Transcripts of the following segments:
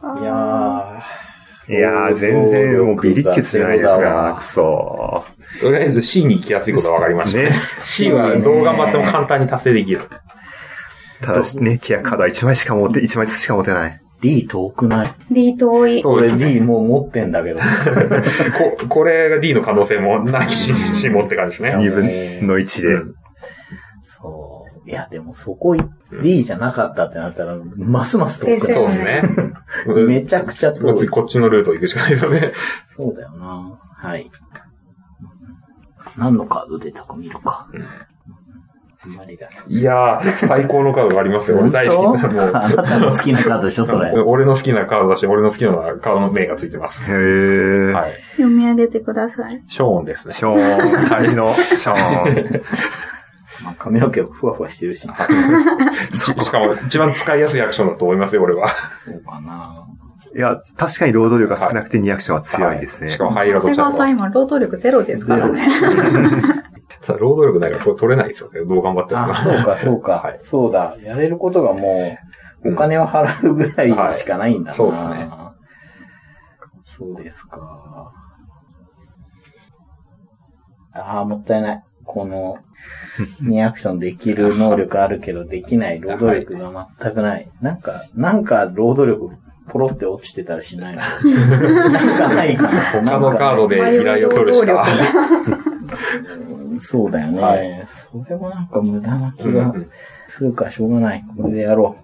あーいやいやー、全然、もうビリッケツじゃないですか、くそとりあえず C に行きやすいことは分かりました。ね。 C はどう頑張っても簡単に達成できる。ただし、ね、ケアカードは1枚しか持って、一枚ずつしか持てない。 D 遠くない。 D 遠い。そうで俺すね D もう持ってんだ けど。ここれが D の可能性もなきしもって感じですね。 2分の1で。そう。いや、でもそこい D じゃなかったってなったら、ますます遠でくなすい。そうですね。うんめちゃくちゃもう遠次い。こっちのルート行くしかないですよね。そうだよな。はい。何のカード出たか見るか。あんまりだね。いやー、最高のカードがありますよ。俺大好きな、も本当あなたの好きなカードでしょ、そ れ。う、俺の好きなカードだし、俺の好きなカードの名がついてます。へー。はい。読み上げてください。ショーンですね。ショーン、羊のショ ーン。まあ髪の毛ふわふわしてるし。しかも、一番使いやすいアクションだと思いますよ、俺は。そうかな。いや、確かに労働量が少なくて2アクションは強いですはねしか。も、ハイラ長谷ドちゃ川んさんは。今、労働力ゼロですからね。ただ、労働力ないからこれ取れないですよね。どう頑張っても。あ、そうか、そうか。はいそうだ。やれることがもう、お金を払うぐらいしかないんだな、うそんはいうですね。そうですか。ああ、もったいない。この、2アクションできる能力あるけど、できない労働力が全くない。なんか、なんか労働力、ポロって落ちてたりし ないのなんかないかな。他のカードで依頼を取るしか。そうだよね。はそれもなんか無駄な気うんうがんするからしょうがない。これでやろ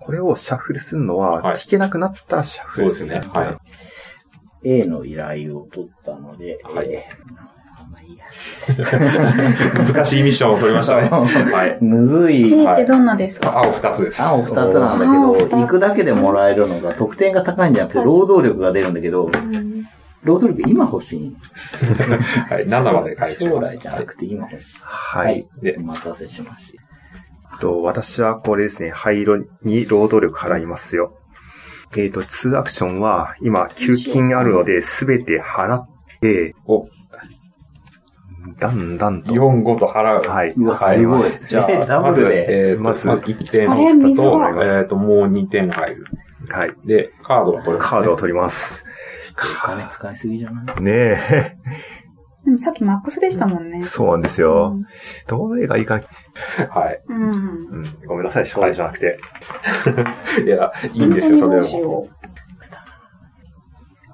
これをシャッフルするのはは、い聞けなくなったらシャッフそうルですする。ね。はい。う。A の依頼を取ったので、はいえーまあいいや。難しいミッションを取りましたね。はい。むず A い。ってどんなですか青二つです。青二つなんだけど、青二つ行くだけでもらえるのが、得点が高いんじゃなくて、労働力が出るんだけど、労働力今欲しい。はい。7まで回復し将ます。来じゃなくて今欲しい。はい。でお待たせしました。えっと、私はこれですね、灰色に労働力払いますよ。えっ、と、2アクションは、今、給金あるので、すべて払って、お、だんだんと。 4、5と払う。はい。うわ、払いすまごいす。。じゃあ、ダブルで。えーとままずず、1点あれ2つ水とは、えっと、もう2点入る。はい。で、カードが取れます。カードを取ります。お金使いすぎじゃないねでもさっきマックスでしたもんねえ。。 そうなんですよ。どれがいいか、はい。うん。うんうん、ごめんなさい、将来じゃなくて。いや、いいんですよ、そ本当にどうれでしも。よ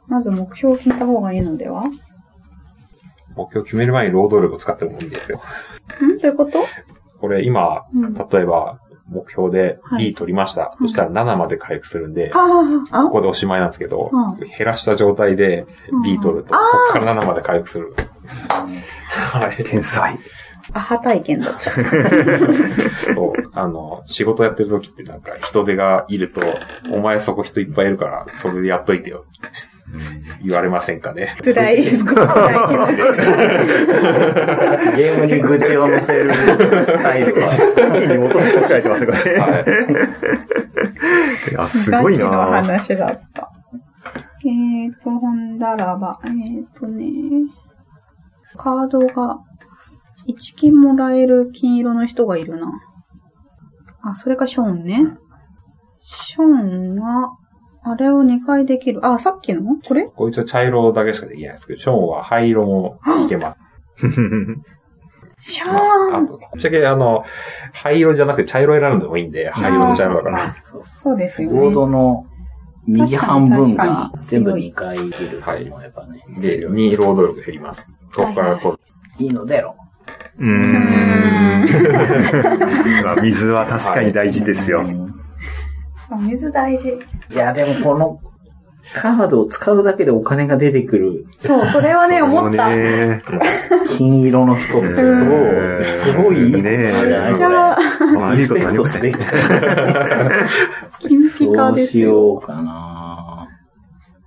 うまず目標を決めた方がいいのではん目標決める前に労働力を使ってもいいんですよ。ということこれ今、うん例えば、目標ではい E 取りました。そしたら7まで回復するんで、こああ、あこでおしまいなんですけどうん、減らした状態で B 取ると、ここから7まで回復する。はい。天才。アハ体験だった。そう、あの、仕事やってる時ってなんか人手がいると、お前そこ人いっぱいいるから、それでやっといてよ。言われませんかね。辛い。辛いけ どゲームに愚痴を乗せるスタイルは。スタンキーに落とせ作られてますね、これ。はい。いや、すごいなガチの話だった。えーと、ほんだらば、えーとね、カードが、1金もらえる金色の人がいるな。あ、それがショーンね。ショーンは、あれを2回できる。あ、さっきのこれこいつは茶色だけしかできないんですけど、ショーンは灰色もいけます。ショまあ、ーあンと、ぶっちゃけあの、灰色じゃなくて茶色選んでもいいんで、灰色も茶色だから。そうですよボーね。ドの右半分確がかに全部2回いけると思えばね。で、2労働力減ります。ここから取る。いいのだろ。うーん。まあ水は確かに大事ですよ。お水大事。いや、でもこのカードを使うだけでお金が出てくるそう、それはね、思った。めね金色の人ってどうすごいいいことなんじゃないっこちゃあれ。いリいスこペとクありトますせんべき。金ピどカうですしよ。ようかな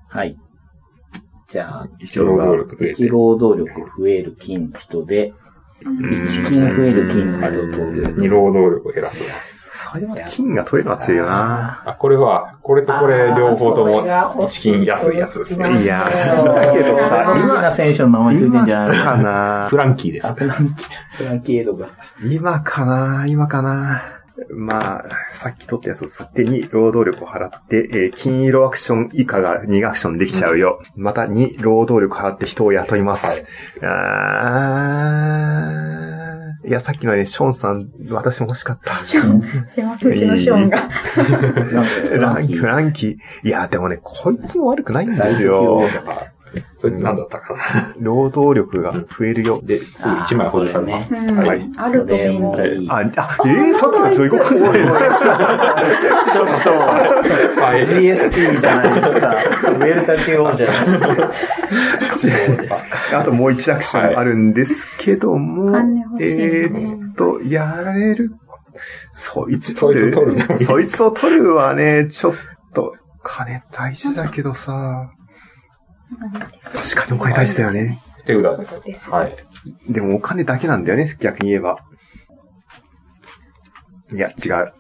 はい。じゃあ、一応労働力増え一て。労働力増える金人で、一金増える金人と取る。 2労働力減らす。それは金が取れるのは強いよな。あ、これは、これとこれ両方とも、一金安いやつですね。いやー、そうだけどさ、好きな選手の名前ついてん今じゃないのかなフランキーです。フランキー、フランキーエドが。今かな今かなまあ、さっき取ったやつをすってに労働力を払って、えー金色アクション以下が2アクションできちゃうよ。また2、労働力払って人を雇います。あーいや、さっきのね、ショーンさん、私も欲しかった。 すいません、うちのショーンが。ランキー、ランキー。いや、でもね、こいつも悪くないんですラよン。キーそいつ何だったかな。労働力が増えるよ。で、すぐ1枚保持されます。うあん。はいあると便それも利。いいあ、あ、えー、さっきの女優国じゃない ちょっと、はい。 GSP じゃないですか。ウェルタケオじゃない あともう1アクションあるんですけども、はいえーっと、やられる、そいつ取るそいつ取るそいつを取るはね、ちょっと、金大事だけどさ、確かにお金大事だよね。手札こでとですす。はい。でもお金だけなんだよね、逆に言えば。いや、違う。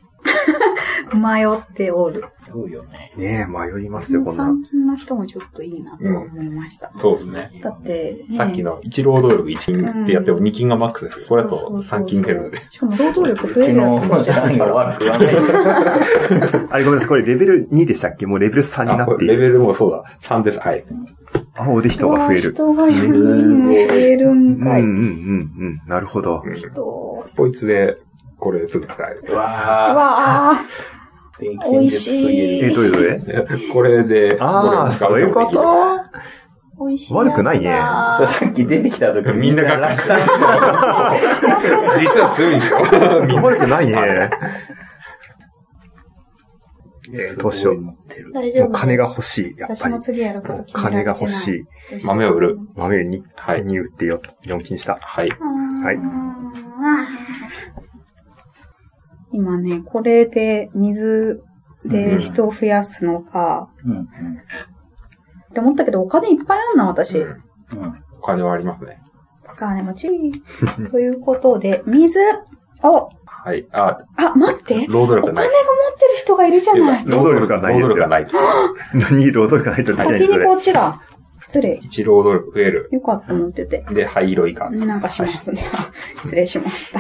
迷っておる。そうよね。ねえ、迷いますよ、こんな。最近の人もちょっといいなと思いました。そうですね。だって、さっきのの1労働力1金ってやっても2金がマックスですよ。これだと3金減るので。しかも労働力増うえちるやのつも社員が悪くはない。あれごめんなさい、これレベル2でしたっけもうレベル3になあ、っこていれレる。ベルもそうだ。3です。はい。青で人が増える。人が4人も増えるうんんうんかうい。んうん。なるほど。人。こいつで、これすぐ使える。わあ、わあ、錬金術すぎえ、る。どれどれこれで、ああ、そういうこと美味しい。悪くないねそうさっき出てきた時みんなが落胆した。 実は強いんですよ。 みんな悪くないね。えー、どうしよすごう。い持ってる大丈も夫。う金が欲しい、やっ私ぱりも。次やること決められ金てなが欲しい。い。豆を売る。豆に、はいに打ってよ。4金した。はい。はいはい。今ね、これで水で人を増やすのか、うんって思ったけど、お金いっぱいあんな、私。うんうんうんお金はありますね。金持ち。ということで、水を、はい。あ、あ、待って労働お金が持力がなっい。てる人がいるじゃない。労働力がないですよ労働力がないです。に労働がないとできない先です、そにれ。こっちが。失礼。 1労働力増える。よかった、持ってて。で、灰色以下。なんかします ね。失礼しました。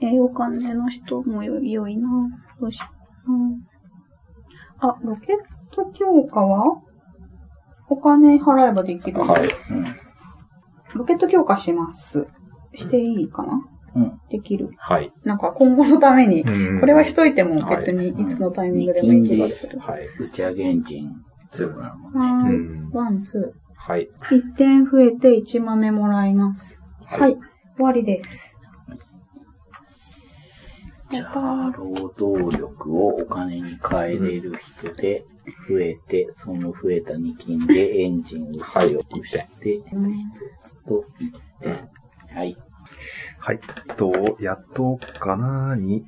えーお金の人もよ良いな。どうしよう。あ、ロケット強化はお金払えばできる。はい。ロケット強化します。していいかなうんできる。はい。なんか今後のために、うんこれはしといても別にいつのタイミングでもいい気がする。はい。打ち上げエンジン強くなるもんね。はうーい。ん。ワン、ツー。はい。 1点増えて1豆もらいます。はい。終わりです。じゃあ、労働力をお金に変えれる人で増えて、その増えた2金でエンジンを強くして、一つと1点。はい。はい。どうやっとうかなに。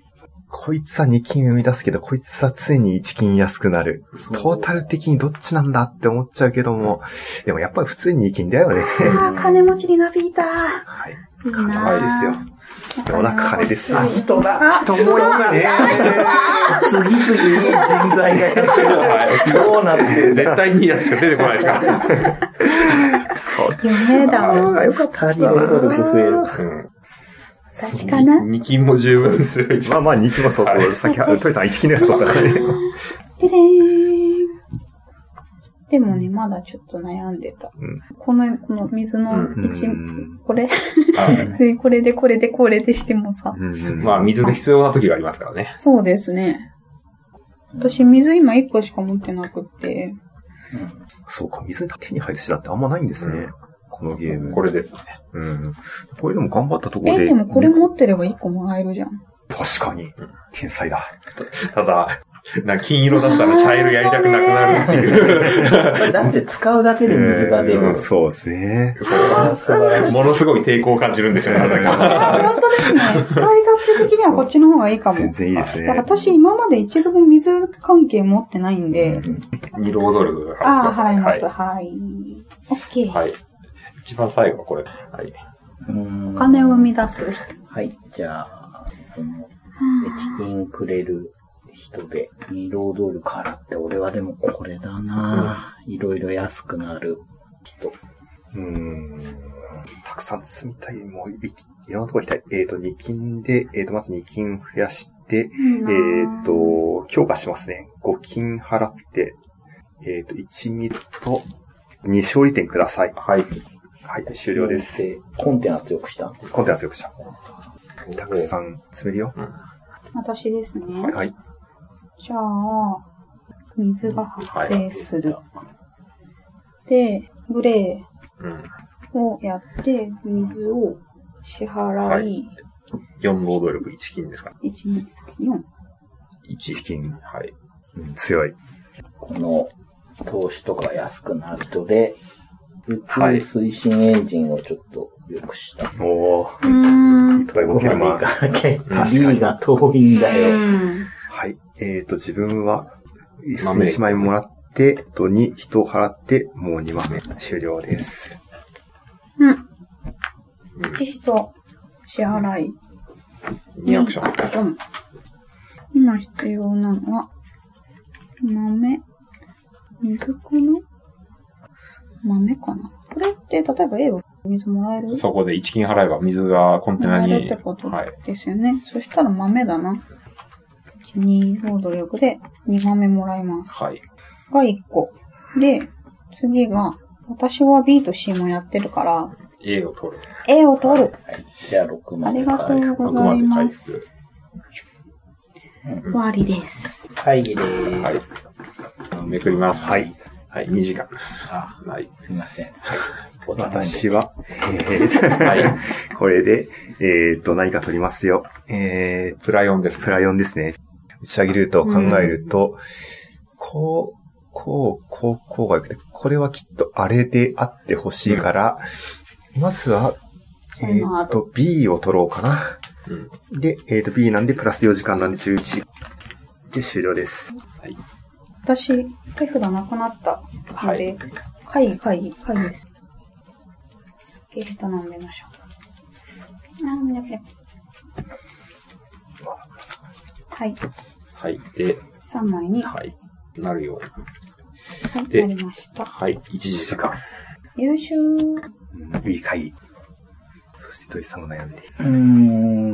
こいつは2金生み出すけど、こいつは常に1金安くなる。トータル的にどっちなんだって思っちゃうけども、でもやっぱり普通に2金だよ ね。ああ、金持ちになびいた。はい。いいな金持ちですよ。世の中金ですよ。人だ人もいいね。次々に人材がやってる。どうなってる絶対にいいやつしか出てこないですから。そ夢だはわ。よかった。2人労働力増える。うん。私かな2金も十分強い。まあまあ、2期もそうそう。さっき、トイさん1期のやつだったからね。ででーん。でもね、まだちょっと悩んでた。うんこの、この水の一、うんこれ、 はいで、これで、これで、これでしてもさ。うんまあ、水の必要な時がありますからね。そうですね。私、水今1個しか持ってなくって。そうか、水手に入る手段ってあんまないんですね。うんこのゲーム。これですね。うん。これでも頑張ったところえ、で。でもこれ持ってれば1個もらえるじゃん。確かに。天才だ。ただ、なんか金色出したら茶色やりたくなくなるっていう。だって使うだけで水が出うるん。そうですね。素晴らしい。ものすごい抵抗を感じるんですよ、なぜいか。や、本当ですね。使い勝手的にはこっちの方がいいかも。全然いいですねだ。から私今まで一度も水関係持ってないんで。二労働力がああ、払います。ははい。オッケー。はい。一番最後はこれ。はい。おお金を生み出す人。はい、じゃあ、この、チキンくれる人で、二労働力払って、俺はでもこれだなぁいろいろ安くなる。ちょっと、うん。たくさん積みたい、もういき、いろんなとこ行きたい。えっ、と、2金で、えっ、と、まず2金増やして、いいえっな、と、強化しますね。5金払って、えっ、と、1ミリと2勝利点ください。はい。はい、終了です。。コンテナ強くしたコンテナ強くした。たくさん積めるよ。私ですね。はい。じゃあ、水が発生する。はで、グレうん。ーをやって、水を支は払い、 4労働力1金ですかね。 1、2、3、4。 1チ。キン、はい。うん強い。この投資とか安くなるとで、宇宙推進エンジンをちょっと良くした。おー、うーんいっ。ぱいここ動まけでる行な。かなきゃい確かい。に B が遠いんだよ。はい。えっ、と、自分は、豆1枚もらって、えっと2、人を払って、もう2枚目。終了です。うん。うん支出を支払い。 2アクション。ョン。今必要なのは、豆。水かな豆かなこれって、例えば A は水もらえるそこで1金払えば水がコンテもらナえるに。ってことはい。ですよね。そしたら豆だな。1、2、労働力で2豆もらいます。はい。が1個。で、次が、私は B と C もやってるから、 A を取る。 A を取る。はいじゃあ6まあで。りがとうごここざまいで回ます。復。終わりです。会議でーす。はい。めく ります。はい。はい、2時間。あ、はい。すいません。私は、えーはい。 これで、えっ、と、何か取りますよ。えプライオンでー、す。 プライオンですね。打ち上げルートを考えると、こう、こう、こう、こうがよくて、これはきっとあれであってほしいから、まずは、えっ、と、B を取ろうかな。うん。で、えっ、と、B なんで、プラス4時間なんで11。で、終了です。私、手札なくなったので、会議、会議、会議です。すっげえ下手なんでましょう。あー、みなきゃ。はい。はい。で、 3枚に、ははい。なるように。い、でなりました。はい。1時間。優秀。うんいい回。そして、土井さんが悩んでいる。うー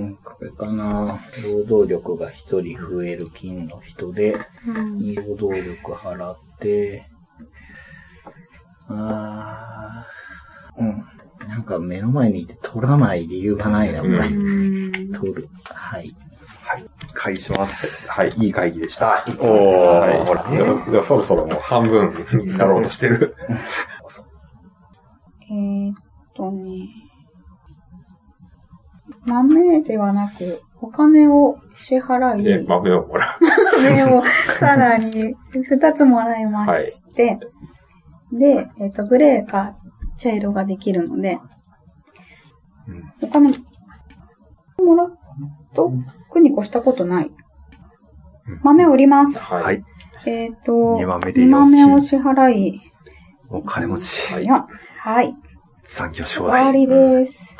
ん、これかな。労働力が1人増える金の人で、うん労働力払って、あー、うん。なんか目の前にいて取らない理由がないな、これ。う取る。はい。回します。はい。いい会議でした。おーはい。ほほらら。ではではそろそろもう半分になろうとしてる。えーっとね、豆ではなく、お金を支払で、い、豆をもら豆をさらに2つもらいまして、で、えーっと、グレーか茶色ができるので、おうん。金もらっとくに越したことない。豆を売りまう。す。は。はいい。えーっと、二豆で二豆四を金支払い、お金持ち。はいや、はい、産業将終わ来。りねです。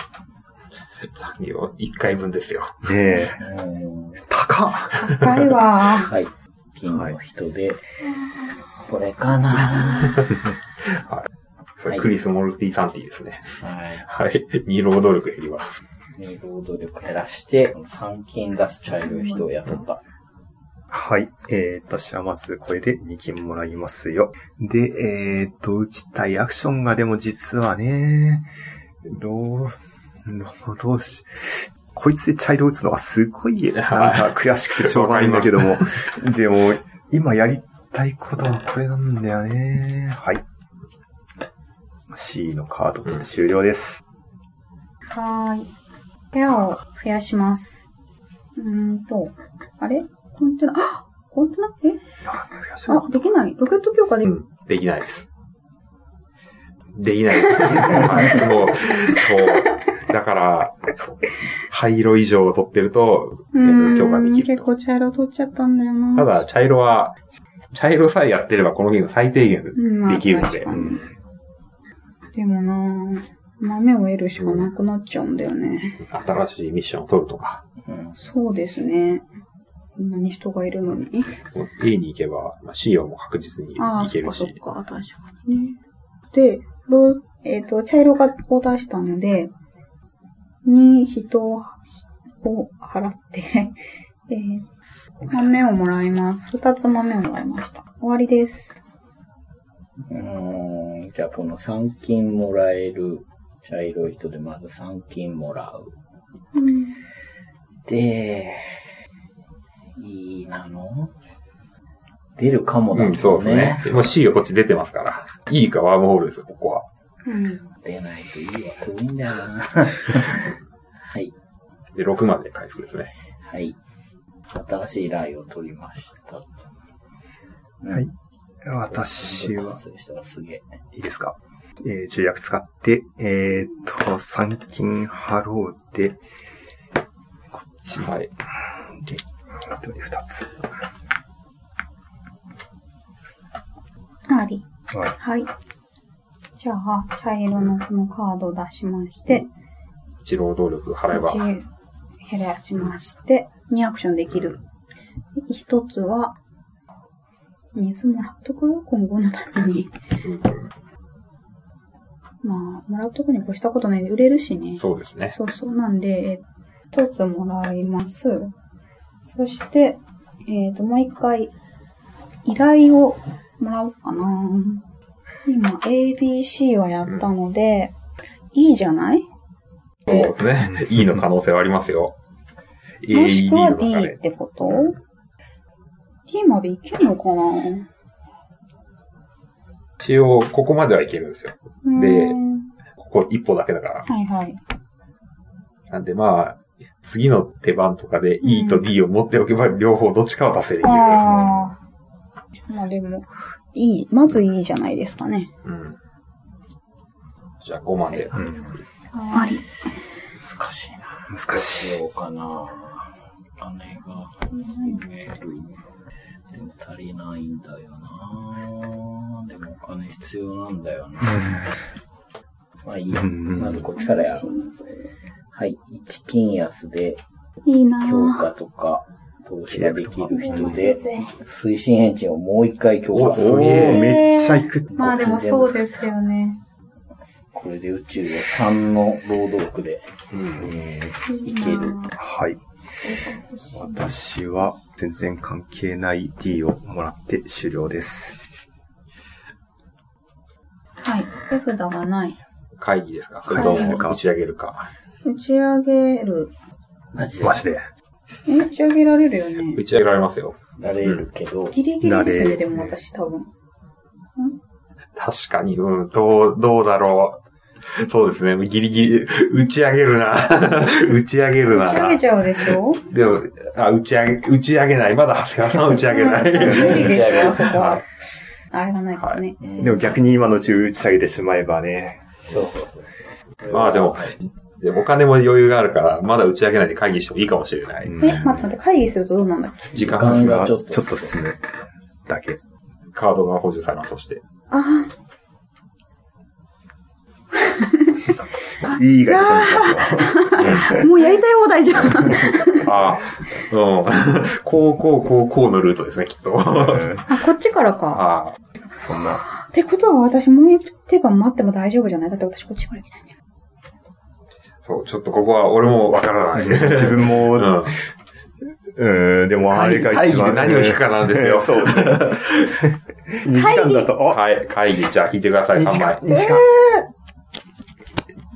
残業1回分ですよ。え。うーん高っ高いわ。はい。金の人で、これかな。それはいクリス・モルティ・サンティですね。 はい。はい。2労働力減ります。ね労働力減らして、3金出す茶色い人を雇った。はい。えー、私はまずこれで2金もらいますよ。で、えー、っと、打ちたいアクションがでも実はね、労、労働し、こいつで茶色打つのはすごい、なんか悔しくてしょうがないんだけども、でも、今やりたいことはこれなんだよね。はい。C のカード取って終了です。はーい。部屋を増やします。うーんと、あれコンテナ、あコンテナえあ、悔しいあ、できない。ロケット強化でうきない。ん。できないです。できないです。 はいもう、そう。だから、そう灰色以上を取ってると、えうーーん強化できる結と。構茶色取っちゃったんだよな。ただ、茶色は、茶色さえやってればこのゲーム最低限うん、まあできるので確か。にでもな豆を得るしかなくなっちゃうんだよね。新しいミッションを取るとか、うん。そうですね。こんなに人がいるのに。もう A に行けば、まあ、C はもう確実にああ、行そけっかるしそっ、か。確かにね。で、ろえっ、と、茶色がを出したので、に人を払って、 えー豆をもらいます。二つ豆をもらいました。終わりです。うーん、じゃあこの3金もらえる茶色い人でまず3金もらう。うん、で、いいなの出るかもだもうんん、ね。そうですね。もう C はこっち出てますから。いいかワームホールですよ、ここは。うん、出ないといいわ、遠いんだよ な。はい、で、6まで回復ですね。はい。新しいライを取りました。うんはい。私は、達成したらすげえ。いいですか。えー、重役使って、えー、っと、三金ハローで、こっちはい。で、一人二つ。あり。はい。はい。じゃあ、茶色のこのカードを出しまして、一労動力払えば。 1減らしまして、2アクションできる。一つは、水もらっとく今後のために。うんまあ、もらうとこに越したことないんで、売れるしね。そうですね。そうそう。なんで、えー一つもらいます。そして、えっ、と、もう一回、依頼をもらおうかな。今、ABC はやったので、いいじゃないそうですね。E の可能性はありま すよ。もしくは AED の D 中っで。てこと、うん ?D までいけるのかな一応、ここまではいけるんですよ。でうーんここ一歩だけだから。はいはい。なんでまあ、次の手番とかでん E と D を持っておけば両方どっちかは達成できる。ああ。まあでも、いい。まずいいじゃないですかね。うん。じゃあ5まで。あり。難しいな。難どうしい。しようかな。金が増える。でも足りないんだよな。でもお金必要なんだよな。まあいいや。うんまずこっちからやろう。はい。一金安でいいな強ぁ。化とか投資ができる人で、推進エンジンをもう一回強化おすおる。ー、えーめっちゃ行く。まあでもそうですよね。これで宇宙を3の労働区で。うん。えーいいけるはい。私は、全然関係ない D をもらって終了です。はい。手札がない。会議ですかそれ会議とも打ち上げるか。打ち上げる。マジでマジで。え、打ち上げられるよね打。ち上げられますよ。られるけど、ギリギリですなね、れでも私多分。確かに、うん、どう、どうだろう。そうですね。ギリギリ、打ち上げるな。 打ち上げる打ち上なげ。ちゃうでしょでも、あ、打ち上げ、打ち上げない。まだ長谷川さんは打ち上げな無 い。理でしょ、あそこは。はいあれがないからね。うんでも逆に今のうち打ち上げてしまえばね。そうそうそうそう。まあでも、でもお金も余裕があるから、まだ打ち上げないで会議してもいいかもしれない。うんえ、待って待って、会議するとどうなんだっけ時間時間ががちょっと進む。だけ。カードが補充されます、そして。あ E が出てきますよ。あ、もうやりたい放題じゃん。ああ、うん。こう、こう、こう、こうのルートですね、きっと。ああ、こっちからか。あ、うんそんな。ってことは私もう一手番待っても大丈夫じゃないだって私こっちから来たんじゃそう、ちょっとここは俺もわからない。自分も、う。うんん、でもあれが一番。会議で何を聞くかなんです よそうそう。2時間だと、あ、はい、会議、じゃあ聞いてください、 2 3時間、枚。 2時間。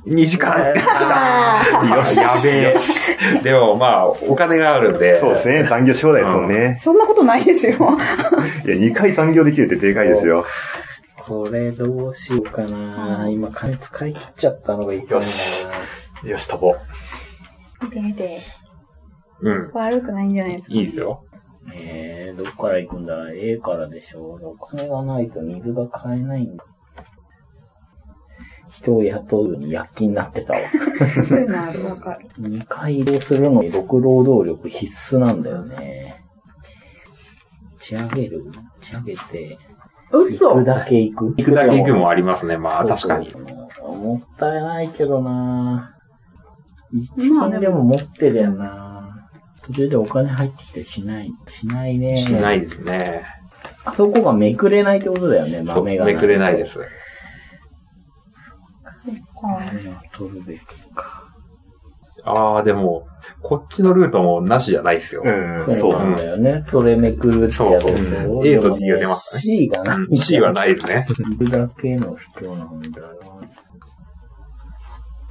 2時間ない。よし。やべえ。 でもまあ、お金があるんで。そうですね。ね。残業し放題ですもんね。そんなことないですよ。いや、2回残業できるってでかいですよ。これどうしようかな。今金使い切っちゃったのがいいかよしよし、飛ぼう。見て見て。うん。悪くないんじゃないですか。いいですよ。な。えー、どっから行くんだ ?A からでしょお金がないと水が買えないんだ。人を雇うのに躍起になってたわ。 そういうのある、わかる。 2回移動するのに6労働力必須なんだよね。打ち上げる打ち上げて、行くだけ行く。行行くだけ行くもありますね、まあ、そう確そうかに。もったいないけどな一金でも持ってりゃな途中でお金入ってきたりしない、しないね。しないですね。あそこがめくれないってことだよね、そう豆が。めくれないです。はい。じゃあ取るべきか。ああ、でも、こっちのルートもなしじゃないですよ。うん、そうそう。なんだよね。それめくるってやつでしそょ。う A とでも D が出ますね C がない。 C はないですね。いるだけの人なんだよ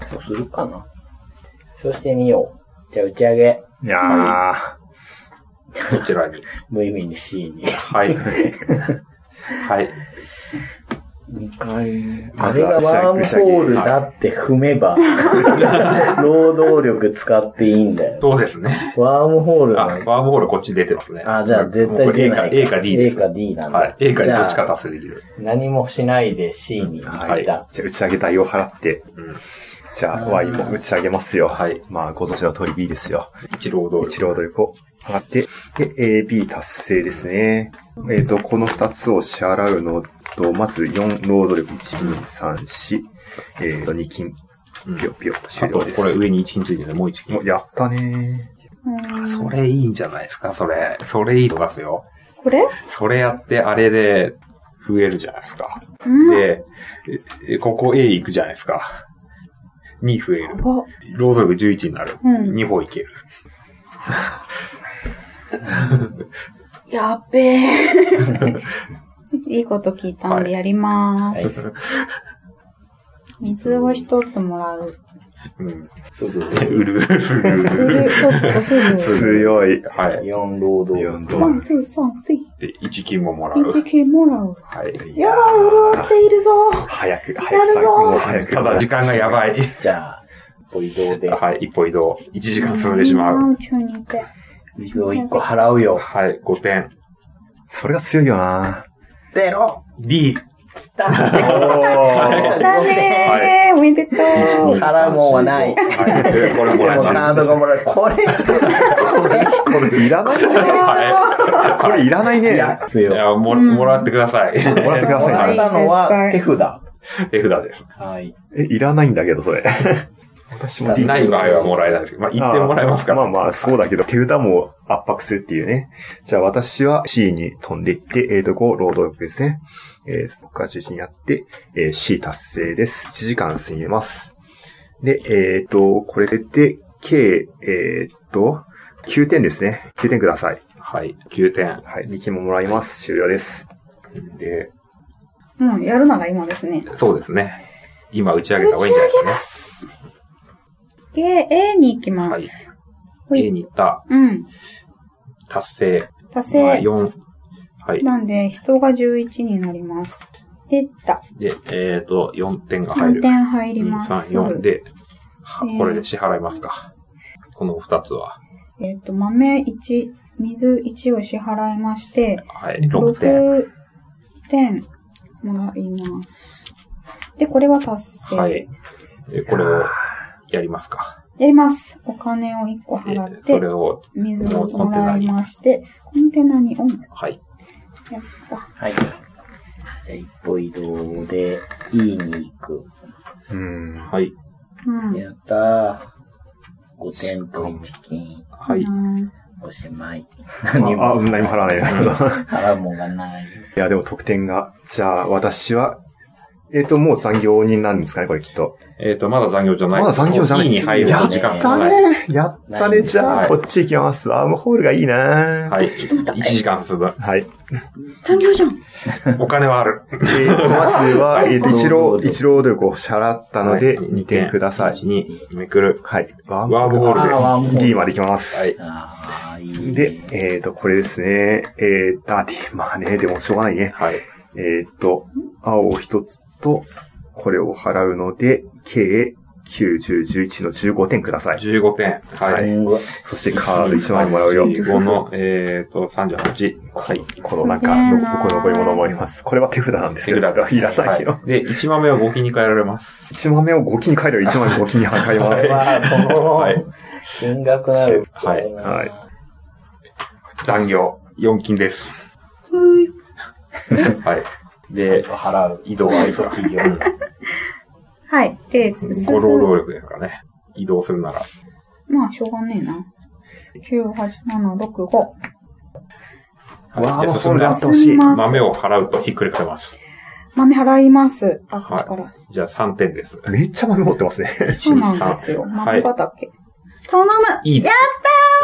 な。そうするかな。そうしてみよう。じゃあ打ち上げ。いやー、こちらに。無意味に C に。 はい。はい。 2回。あまれずがはワームホールだって踏め ば、労働力使っていいんだよ。そうですね。ワームホールあ、の。ワームホールこっち出てますね。あ、じゃあ絶も対うこれ出ない A か A か D で A す。か D なんだ。はい。A かじ D ゃあどっちか達成できる。何もしないで C に行った。はいじゃあ打ち上げ代を払って、うん。じゃあ Y も打ち上げますよ。はい。まあ、ご存知の通り B ですよ。一労働一労働力を上がって、で、AB 達成ですね。えっ、と、この二つを支払うのと、まず4労働力、1、2、3、4、えっ、と、2金、うんぴょぴょ、終あと了で、す。これ上に1についてるね、もう1もうやったねうんそれいいんじゃないですか、それ。それいいと思いますよ。これそれやって、あれで、増えるじゃないですか。うん。やで、ええここ A 行くじゃないですか。2増える。ば。労働力11になる。うん2歩いける。やっべ え。いいこと聞いたんはでいやりまーす。はい水を一つもらう。うん。すぐうる、 すぐ、フル、そうそう、ーフル。強い。はい。 4労働4力。ドワルン、。ツー、サン、スリで、1金ももらー。う。 1K もらう。はい。やばい、潤っているぞ。早く、早くやるさ、ぞもう早く。ただ時間がやばい。じゃあ、ご移動で、はい、一歩移動。1時間進んでしまう。宇宙にいて。水を1個払うよ。はい、5点。それが強いよな出ろ D。来ただだねー、おめでとう。払うもんはない。はい、これもこれらもしい。カードがもらえる。これ、ここれいらないね。はこれいらないれ、いね。や、い。強いい。や、も、もらってください。もらってくだもさらっいね。たのは手札。 手札です。はい。え、いらないんだけど、それ。私も D ない場合はもらえないですけど、まあ、1点もらえますから。ああまあまあ、そうだけど、手札も圧迫するっていうね。じゃあ私は C に飛んでいって、えーと、5、労働力ですね。えー、そこから11にやって、えー C 達成です。1時間過ぎます。で、えっ、と、これで、計、えっ、と、9点ですね。9点ください。はい、9点。はい、2金ももらいます。終了です。で、うん、やるなら今ですね。そうですね。今打ち上打げた方がいちいんじゃない上げま。ですで、A に行きますす。かね。ほはいい。A に行ったうん。達成。達まあ成。 4。はい。なんで、人が11になります。出た。で、えっ、と、4点が入3る。点入り2、ま3、す。 4で、はえーこれで支払いますか。この2つは。えっ、と、豆1、水1を支払いまして、はい、6点。 6点もらいます。で、これは達成。はい。で、これをやりますか。やります。お金を1個え払っそてれ、を、水をもらいまして、コンテナにオン。はい。やった。はい。じゃあ一歩移動で E に行く。うん。はい。うん。やったー。5点と1金。はい。うんおしまい。あ、何あも何も払わない。なるほど。払うもんがない。 いや、でも得点が。じゃあ私は、えっ、と、もう残業人なんですかね、これきっと。えっ、と、まだ残業じゃない。まだ残業じゃない E に入ると時間やがっかたないです。やったね、じゃあ、こっち行きます。アームホールがいいなははい。1時間進む。い。残業じゃん。お金はある。えーと、まずは、えっと、一労郎、働力一郎努力を支払ったので、はい2点ください。 2、めくる。はい。ワワームホールですあワームホール D まで行きます。はい。ああ、いいね。で、えっ、と、これですね。えっ、と、あ、D、まあね、でもしょうがないね。はい。えっ、と、青を一つと、これを払うので、計9、10、11の15点ください。 15点。ははいい。今後、そしてカード1枚もらうよ。 15の、えっ、と、38。はい。このなんか、のこの残り物もあります。これは手札なんですよ。いらないよ。で、1枚目は5期に変えられます。 1万目を5期に変えれば1万5期に変えまこれす。は、そはいの、金額なる。はいはい残業。4 金です。はい。はい。で、払う。移動はいいか企業。はい。で、進ご労働力ですかね。移動するなら。まあ、しょうがねえな。9、8、7、6、5。はい、じゃあ進ん進でみます。豆を払うとひっくり返ります。豆払います。あ、こはいっちから。じゃあ3点です。めっちゃ豆持ってますね。 そうなんですよ。は豆い畑。頼むいいや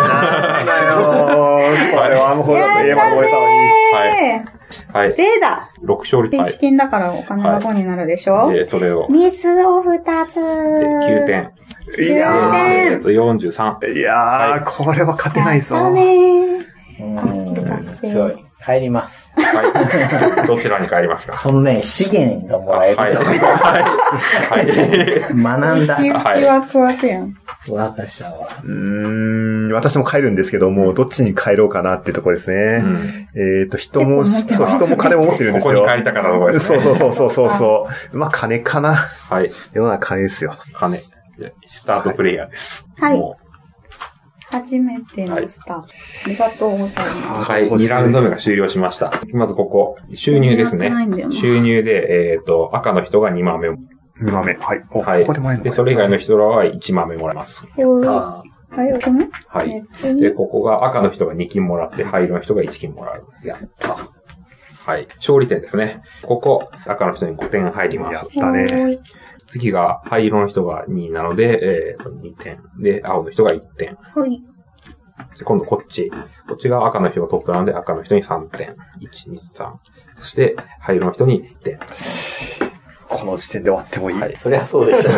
あそれはもうや家ったまぜで燃えたのに。ーはい。でだ6勝率。ペンはいチ。キンだからお金が5になるでしょで、それを。ミスを2つで9点。いいややえっと43。ー、いやーこれは勝てないぞ。だねうん、強い。帰ります。 はい。どちらに帰りますかそのね、資源がもあらはえい。るとはい。はい。 学んだ。ー。はいワクワクやん。若さは。うーん、私も帰るんですけども、どっちに帰ろうかなってとこですうね。んえっ、と、人も、結構持ってますそう、人も金も持ってるんこですこよ。に帰りたからのことですそうね。そうそうそうそうそう。まあ、金かな。はい。世の中金ですよ。金。でスタートプレイヤーです。はい。も初めてのスタート。ありがとうございまうす。はい。2ラウンド目が終了しました。まずここ、収入ですねやってないんだよ。な収入で、えっと、赤の人が2豆を。 2番目。はい。お、はい。ここで前ので、それ以外の人らは1豆もらいます。おーあはい、お米はえいっ。とで、ここが赤の人が2金もらって、灰色の人が1金もらう。あ、やった。はい。勝利点ですね。ここ、赤の人に5点入りまやすっ。たね。おーい次が灰色の人が2なので、えー、2点。で、青の人が1点。はい。で今度こっち。こっちが赤の人がトップなので、赤の人に3点。1、2、3。そして、灰色の人に1点。この時点で終わってもいい。はい、そりゃそうでしょ。。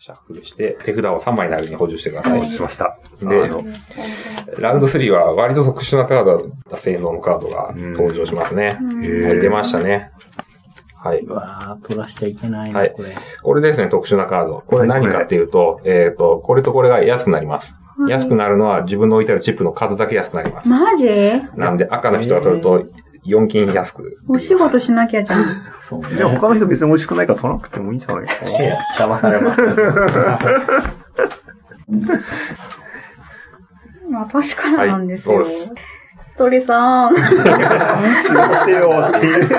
シャッフルして、手札を3枚なりに補充してください。はいしました。であのラウンド3は割と特殊なカードだった性能のカードが登場しますね。うんへーはい出ましたね。はいうわぁ、取らしちゃいけないはな、いこれ。これですね、特殊なカード。これはい何かっていうと、えっ、と、これとこれが安くなります。はい安くなるのは自分の置いてあるチップの数だけ安くなります。マジなんで赤の人が取ると4金安く。お仕事しなきゃじゃ ん。そうね。でも他の人別に美味しくないから取らなくてもいいんじゃないかいや騙されます。私からなんですよ。はいそうです鳥さん。な。仕事してよって いう。い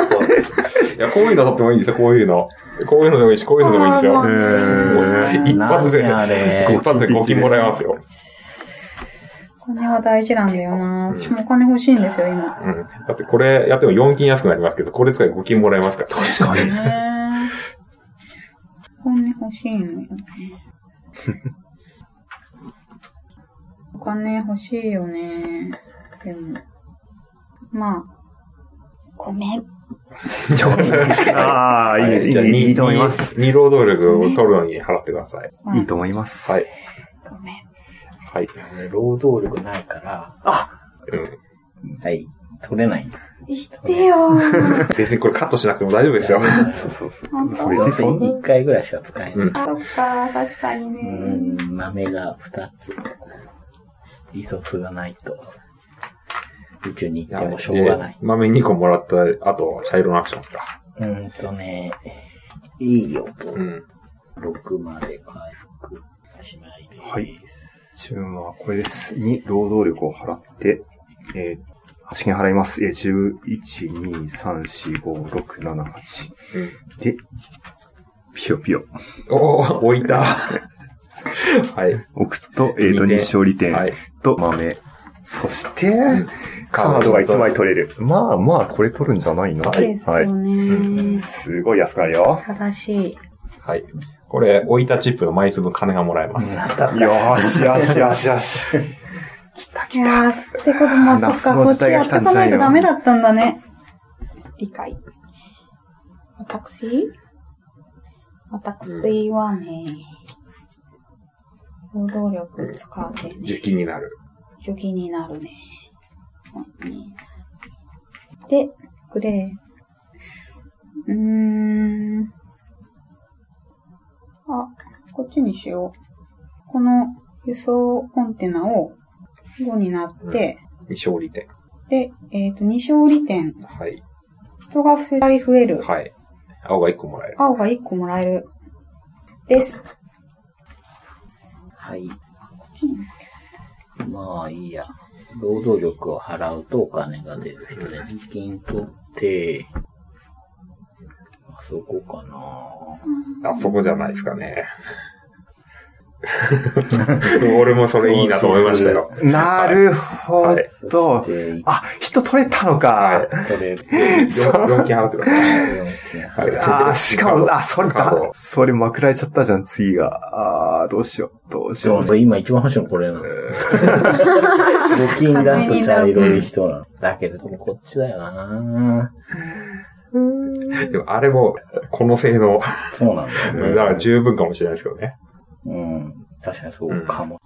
や、こういうの取ってもいいんですよ、こういうの。こういうのでもいいし、こういうのでもいいんですよあ。ーもう一発で、何あれ一発で5金もらえますよ。お金は大事なんだよな。私もお金欲しいんですよ、 今。うん。だってこれやっても4金安くなりますけど、これ使えば5金もらえますから。確かに。ねお金欲しいのよね。お金欲しいよね。でも。まあ。ごめん。ああ、いいです。いじゃあいいいと思い二ます。二労働力を取るのに払ってください。まあいいと思います。はい。ごめん。はい。俺 労働力ないから、うん。はい、取れない。言って よー。別にこれカットしなくても大丈夫ですよ。そうそうそう。あそう別別にそんに1回ぐらいしか使えうない。ん。そっか、確かにうね。ん、豆が2つ。リソースがないと。宇宙に行ってもしょうがない。で豆2個もらった後は茶色のアクションか。うーんとね、いいよとう、ん。 6まで回復しないです。はい順はこれです。に、労働力を払って、えー、資金払います。えー、11、2、3、4、5、6、7、8。うん、で、ピヨピヨ。おー、置いた。はい。置くと、えー、と、二点日勝利点はい。と豆。そして、んカードが1枚取れる。まあまあ、これ取るんじゃないのはそうですよい。ね。すごい安くなるよ。正しい。はい。これ、置いたチップの枚数分金がもらえます。よーしよしよしよし。いやー、ってことも、そナっスか、のこっ時ち代やがっ来とかたんじゃなないいとのダメだったんだね。理解。私私はね、労働力使ってね、受金になる。除菌になるね。で、グレー。うーん。あ、こっちにしよう。この輸送コンテナを5になって、勝利点。で、えっ、と、2勝利点。はい。人が2人増える。はい。青が1個もらえる。青が1個もらえる。です。はい。まあいいや。労働力を払うとお金が出る人で、金取って、あそこかなあそこじゃないですかね。 俺もそれいいなと思いましたよ。なるほど。で、あ、人取れたのか。取れる。料金払ってください。あーしかも、あ、それカーだド。それまくられちゃったじゃん、次が。あーどうしよう、どうしそよう、う。俺今一番欲しいのこれ なの。募金出すと茶色い人なの。だけど、こっちだよなでもあれも、この性能、そうなんだよね。だから十分かもしれないですけどね。うん。確かにそうかも。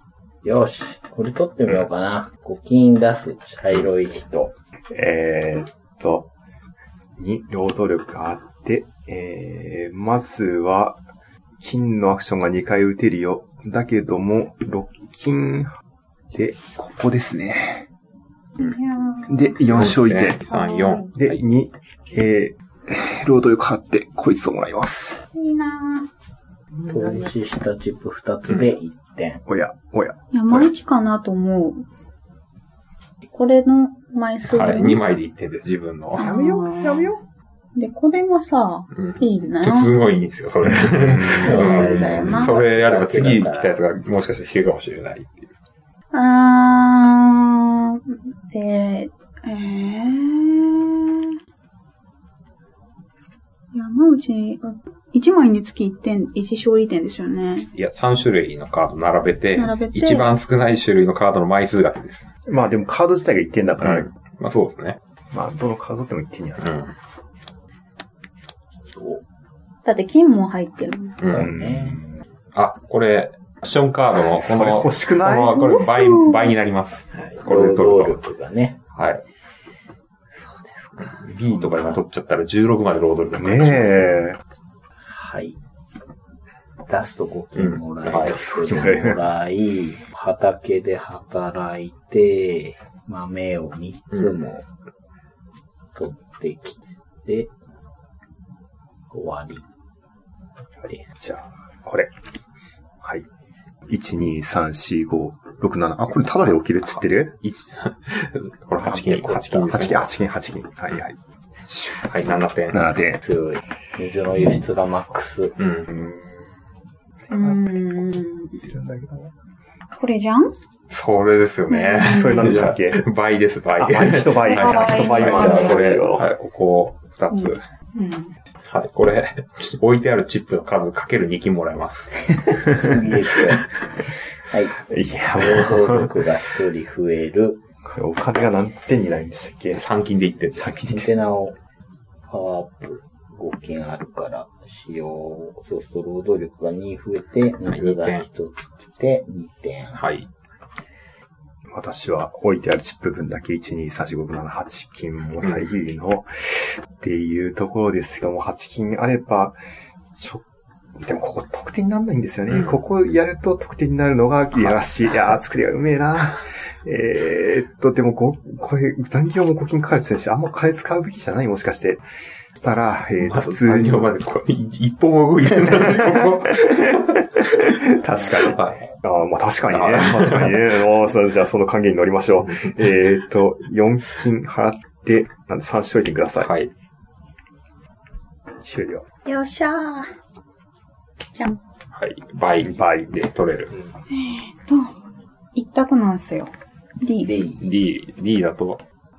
よし、これ取ってみようかな。募金出す茶色い人。えーっと、に、労働力があって、えー、まずは、金のアクションが2回打てるよ。だけども、6金で、ここですね。で、4勝いて。 3、4。はで、い2、えー、労働力あって、こいつをもらいます。いいなぁ。投資したチップ2つで1点。おや、おや。山一かなと思う。これの枚数はい、2枚で1点です、自分の。やめようやめよで、これはさ、うん。いいなすごいいいんですよ、それ。うんだよなそれやれば次来たやつがもしかしたら引けるかもしれないっていう。あー、で、えー。山内、1枚につき1点、1勝利点ですよね。いや、3種類のカード並べて、並べて一番少ない種類のカードの枚数だけです。まあでもカード自体が1点だから、うんまあそうですね。まあどのカードでも1点になる。うだって金も入ってるもん。ん。う。そうんね。あ、これ、アクションカードの、こそれの、欲しくないこのこれ倍、倍になります。はい。これで労取働る力がね。と。はい。そうですか。B とか今取っちゃったら16まで労働力ねえ。はい。出すと募金もらい、うんはい出すと募金もらい、畑で働いて、豆を3つも取ってきて、終わりです。じゃあ、これ。はい。1、2、3、4、5、6、7。あ、これタダで起きるっつってるこれ8金、8金です、 ?8 金、ね。8金、8金。はいはい。はい、7点。 7点。強い。水の輸出がマックス。うん。うーん。いるんだけど。これじゃんそれですよね。それなんでしたっけ倍です、倍。あ、倍、一倍。はいはい一は倍倍い、じもゃああるこれ、よ。はい、ここ2つ。うん。はい、これ、置いてあるチップの数かける2金もらえます。次へ行くよはい。いや、も労う、働力が1人増える。これお金が何点になるんでしたっけ3金で1点。先コンに。テナをパワーアップ5件あるから、使用、そうすると労働力が2増えて、水が1つ来て2点。はい。私は置いてあるチップ分だけ1、2、3、4、5、6、7、8金もらいの、っていうところですけども、8金あれば、ちょ、でもここ得点にならないんですよね。うんここやると得点になるのが、いやらしい。いやー、作りがうめえな。えーっと、でもご、これ、残業も5金かかるって言ってるし、あんま金使うべきじゃないもしかして。そしたら、えーまとず普通に残業、までここに一歩も動いてない。ここ確かに。はい。ああ、まあ確かにね。あ確かにね。 ああそうじゃあその還元に乗りましょう。 えーっと、4金払って、なんで3勝いてください。はい。終了。 よっしゃー。じゃん。はい。倍。倍で取れる。と、一択なんすよ。D。で、 D、D だと、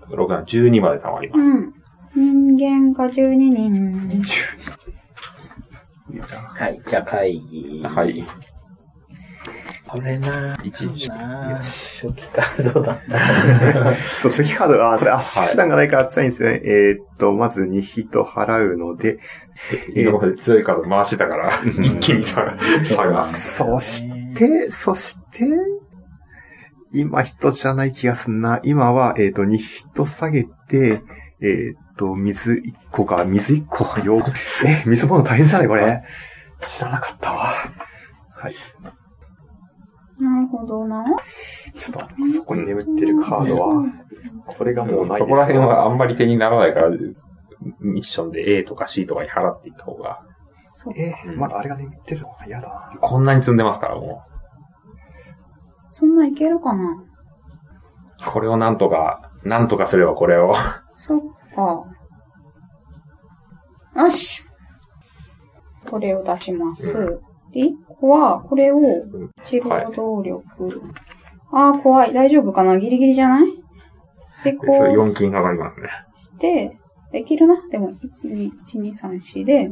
6が12まで溜まりまうん。人間が12人。はい、じゃあ会議。す。はい。。これなぁ。一時なぁ初期カードだった。そう、初期カードが、これ、あ、はい手段がないから辛いんですよね。えーっと、まず2ヒと払うので、今まで強いカード回してたから、一気に差が、差が。そして、そして、今人じゃない気がすんな。今は、えーっと、2ヒと下げて、えーっと、水1個か、水1個はよ、え、水物大変じゃないこれ。知らなかったわ。はい。なるほどな。ちょっと、そこに眠ってるカードは、これがもうないそこら辺はあんまり手にならないから、ミッションで A とか C とかに払っていった方が、そうえうんまだあれが眠ってるのが嫌だな。こんなに積んでますから、もそんないけるかなう。これをなんとか、なんとかすればこれを。そっか。よし。これを出します。で、1個は、これを、ん一労働力。ああ、怖い。大丈夫かなギリギリじゃないで、こそれ4う金かかりますね。して、できるな。でも、1、2、1、2、3、4で、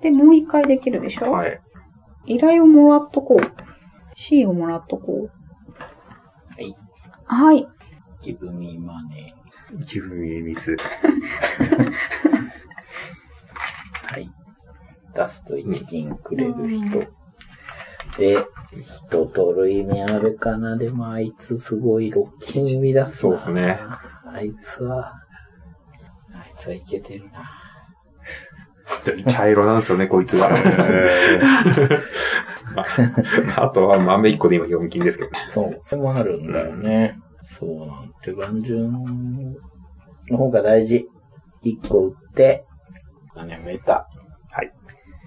で、もう1回できるでしょ、はい。依頼をもらっとこう。C をもらっとこう。はい。はい。 give me money. ギブミミス。はい。出すと一金くれる人。で、一通り目あるかな。でもあいつすごい六金生み出すな。そうですね。あいつは、あいつはいけてるな。茶色なんですよね、こいつが。え あとは豆1個で今4金ですけどね。そう、それもあるんだよね。そうなんて、眼順の方が大事。一個売って、金メタ。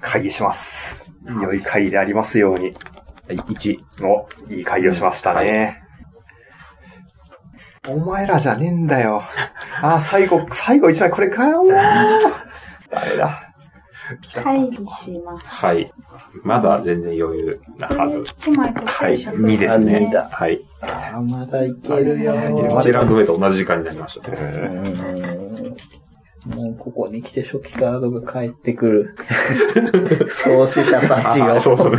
会議します。良い会議でありますように。 1。お、いい会議をしましたね。お前らじゃねえんだ よ。あー、最後、最後一枚これかよ。もうダメだ。会議します。はい。まだ全然余裕なこはれず。 1枚とはい。転写2ですあね二。だはい。ああ、まだいけるよ。 1ラウンド目と同じ時間になりましたうね。んうんもうここに来て初期カードが返ってくる。 創始者た ちあが。そうそう。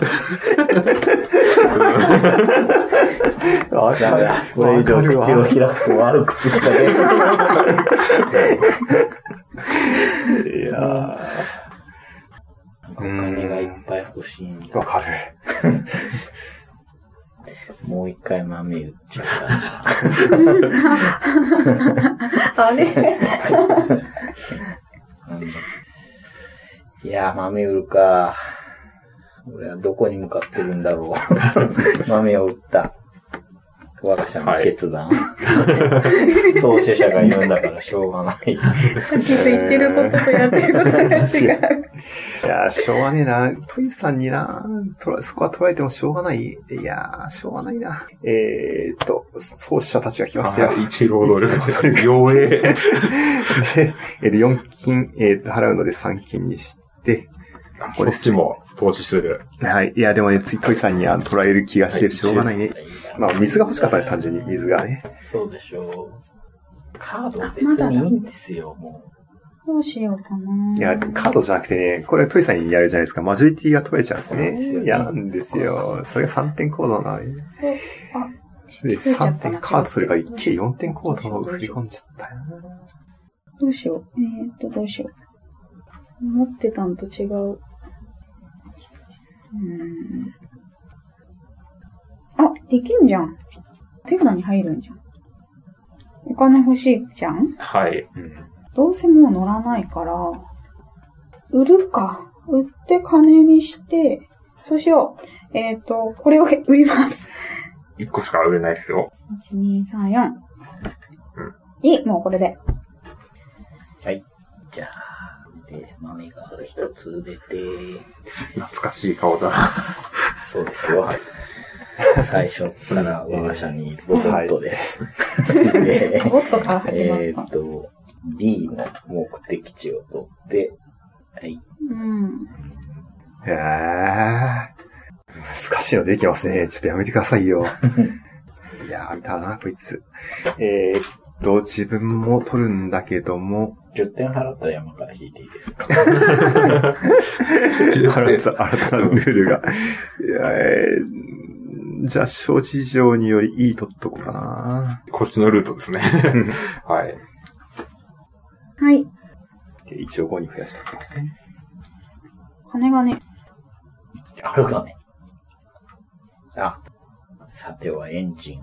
わかダメるだ。これ以上口をわ。開くと悪口しか出ない。いやお金がいっぱい欲しいんーだ。わかる。もう一回豆売っちゃうかあれら。なんだいやー、豆売るか。俺はどこに向かってるんだろ う。豆を売った。我が社の決断。 創始者が言うんだからしょうが ない。さっきと言ってることとやってることが違う。いやーしょうがねえな。トイさんにな、とらそこは捉えてもしょうがない。いやーしょうがないな。えーっと、創始者たちが来ましたよ。一労働力。妖艶。で、 えー、で4金、えーっと、払うので3金にして、こここでっすちねも投資する。はい。いや、でもね、ついトイさんにあの捉える気がしてはいしょうがな いね。まあ、水が欲しかったです、単純に。水がね。そうでしょう。カード別にいいんですよ、もどうしようかな。いや、カードじゃなくてね、これトイさんにやるじゃないですか。マジョリティが取れちゃうんですそうですよね。ねいや、なんですよ。それが3点行動なのに。あ、で、取れちゃ3ったな点、カードそれが一計4点行動を振り込んじゃったよな。どうしよう。えー、っと、どうしよう。思ってたんと違う。うーん。あ、できんじゃん。手札に入るんじゃん。お金欲しいじゃんはい。どうせもう乗らないから、売るか。売って金にして、そうしよう。えっ、と、これを売ります。 1個しか売れないですよ。 1、2、3、4。いい、もうこれで。う。はい。じゃあ、で、豆が一つ出て、懐かしい顔だな。 そうですよ。最初から我が社にいるロボットです。でロボットから始まえっ。ーったと、B の目的地を取って、はい。うん。へえ。難しいのできますね。ちょっとやめてください よ。いやー、見たな、こいつ。えー、っと、自分も取るんだけど も、 10点払ったら山から引いていいですか新た新たなルールが。いやえーじゃあ、諸事情によりいいとっとこかな。こっちのルート ですね。はい。はい。で一応5に増やしておきますね。金がね、あるかね。あ、さてはエンジンを。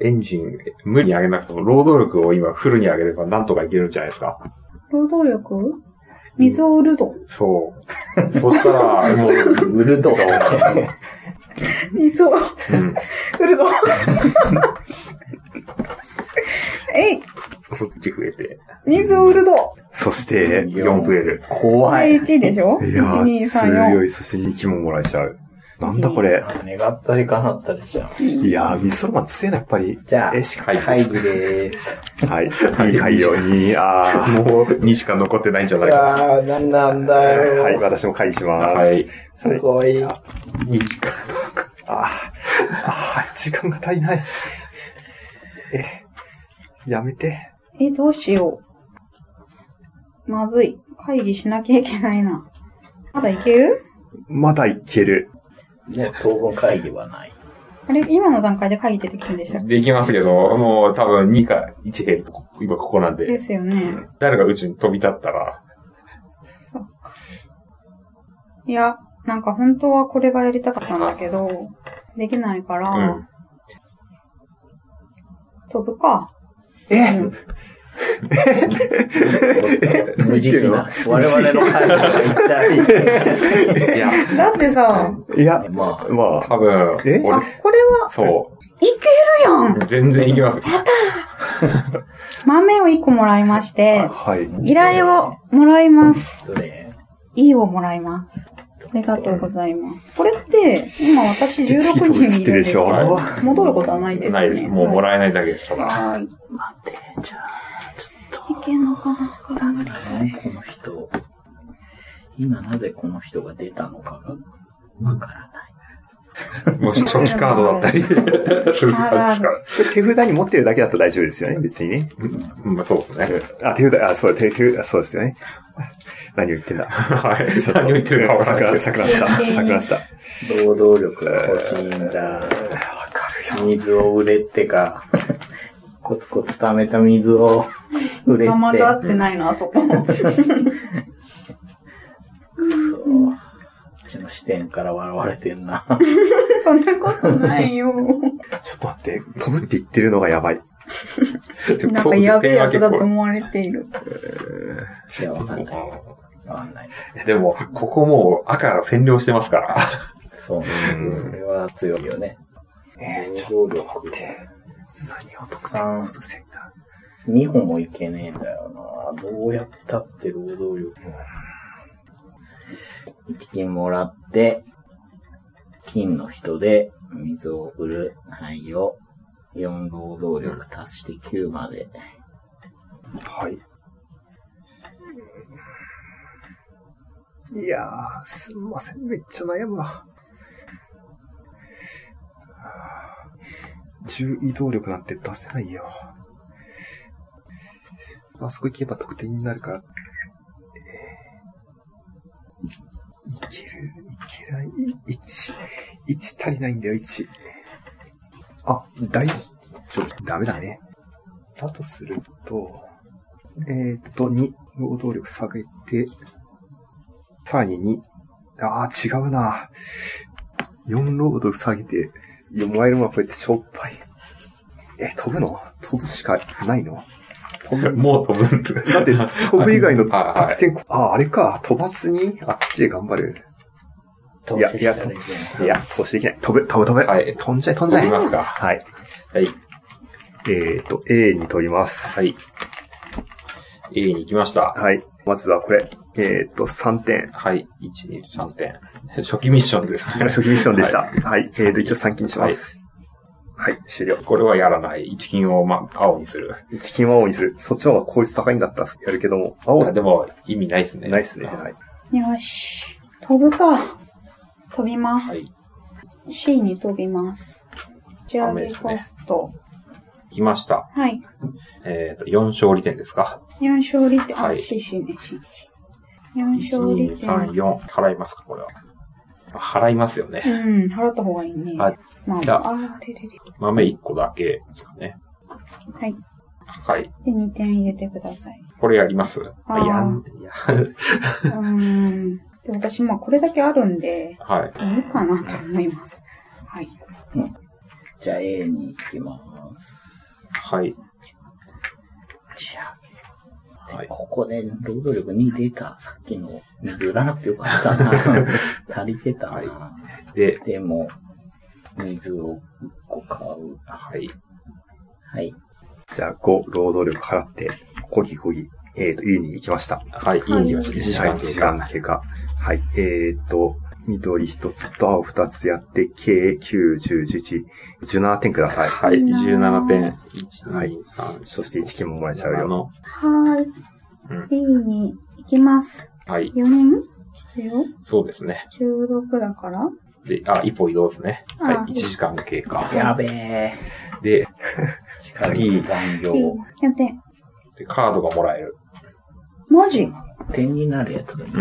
エンジン、無理に上げなくても、労働力を今フルに上げればなんとかいけるんじゃないですか。労働力水を売ると。 そう。そしたら、もウう、ルド。水をうん。売ると。 えいそっち増えて、水を売ると。そして、 4増える。怖い。 1でしょいや ?1、2、3、4ー、。強い。そして2機ももらえちゃう。なんだこれ。願ったり叶ったりじゃん。いやー、ミストロマン強いな、やっぱり。じゃあえーしかはい会議でーす。はい。いい回よ、に、あー。もう2しか残ってないんじゃないかあー、なんなんだよ。はい、私も会議します。はい。すごい。な。二しかあーあー、時間が足りない。え、やめて。え、どうしよう。まずい。会議しなきゃいけないな。まだいけるまだいける。ね、当分会議は ない。あれ、今の段階で会議出てきるんでしたっできますけど、もう多分2か1減るとこ、今ここなんけでで、すよね。誰が宇宙に飛び立ったら、そっか。いや、なんか本当はこれがやりたかったんだけど、できないから、うん飛ぶか。え、無慈悲な。我々の会議は一体。いや、だってさ、いや、 まあ、まあ、多分、あえ俺、、これは、そいけるやんう、全然いきます。豆を1個もらいまして、はい。依頼をもらいます。どれいいをもらいます。ありがとうございます。これって、今私16次飛ぶ人っついるんってるでですしけょど、戻ることはないですよね。 ないです。もうもらえないだけですかえら。はい。待って、じゃあ、いけんのかな頑張れ。ねこの人。今なぜこの人が出たのかがわからない。もし初期カードだったり、する感じから。これ手札に持ってるだけだと大丈夫ですよね、別にね。うんまあそうですね。あ、手札、あ、そう、手、手、あそうですよね。何を言ってんだ。はい。何を言ってるかわからない桜、ですけど。桜した。桜した。労働力が欲しいんだ。わかるよ。水を売れってか、コツコツ貯めた水を売れって。あまだ合ってないな、あそこ。そう。こっちの視点から笑われてん な。そんなことないよ。ちょっと待って、飛ぶって言ってるのがやばい。なんかやべえやつだと思われている。いや、わかんない。わかんない。でも、ここもう赤占領してますから。 そうね。それは強いよね。えー、ちょ労っ働と待力っ。て。何を得あ点ーことせんだ。 2歩もいけねえんだよな。どうやったって労働力。一金もらって、金の人で水を売る範囲を4労働力足して9まで。はい。いやー、すんません。めっちゃ悩むわ。重移動力なんて出せないよ。あそこ行けば得点になるから。えーいける、いけない。1、1足りないんだよ、1。あ、大、ちょ、ダメだね。だとすると、えーっと、2、労働力下げて、さらに2、あー違うな。4労働力下げて、モバイルマップってしょっぱい。え、飛ぶの飛ぶしかないの飛ぶもう飛ぶんで。だって、飛ぶ以外のはいはい得点、あ、あれか、飛ばずに、あっちへ頑張る。いやいや投資したらいや、投資できない。飛ぶ、飛ぶ、飛ぶ。はい飛んじゃえ、飛んじゃ飛えび。ますか。はい。はい。えーっと、A に飛びますは。い。A に行きました。はい。まずはこれ。えーっと、3点。はい。1、2、3点。初期ミッションですね。初期ミッションでした。はい。えーっと、一応3金にします。はい、終了。これはやらない。一金を、ま、青にする。 1金は青にする。そっちの方が効率高いんだったらやるけども、青あでも、意味ないですね。ないっすね。はい。よし。飛ぶか。飛びます。はい。 C に飛びます。打ち上げコスト。来ました。はい。えっ、と、4勝利点ですか。 4勝利点。はあ、い C、C ね、C ね。 1、 4勝利2、3、点。 4。払いますか、これは。払いますよね。うん、払った方がいいね。はい。まじゃあ、ああれれれ。豆1個だけですかね。はい。はい。で、2点入れてください。これやりますああ、ーやん。いや。 うーん。で私、まあ、これだけあるんで、はい。いいかなと思います。はい。じゃあ A に行きます。はい。じゃあ、はいここで労働力2出た。さっきの水売らなくてよかったな。足りてたな。はで、でも、水を1個買う。はい。はい。じゃあ、5、労働力払って、こぎこぎ、えーっと、E に行きました。はい。いいには1時は間い、時経過。間経過。はい、えーっと、緑一つと青二つやって、計9、10、11、17点ください。はい、17点。はいそして1金ももらえちゃうよ。よ。はうんーい。B に行きます。はい、 4人必要そうですね。 ?16 だからで、あ、一歩移動ですね。はいあ、 1時間経過。やべえ。 で、次、?B 残業。。 4点。でカードがもらえる。マジ点になるやつがいい。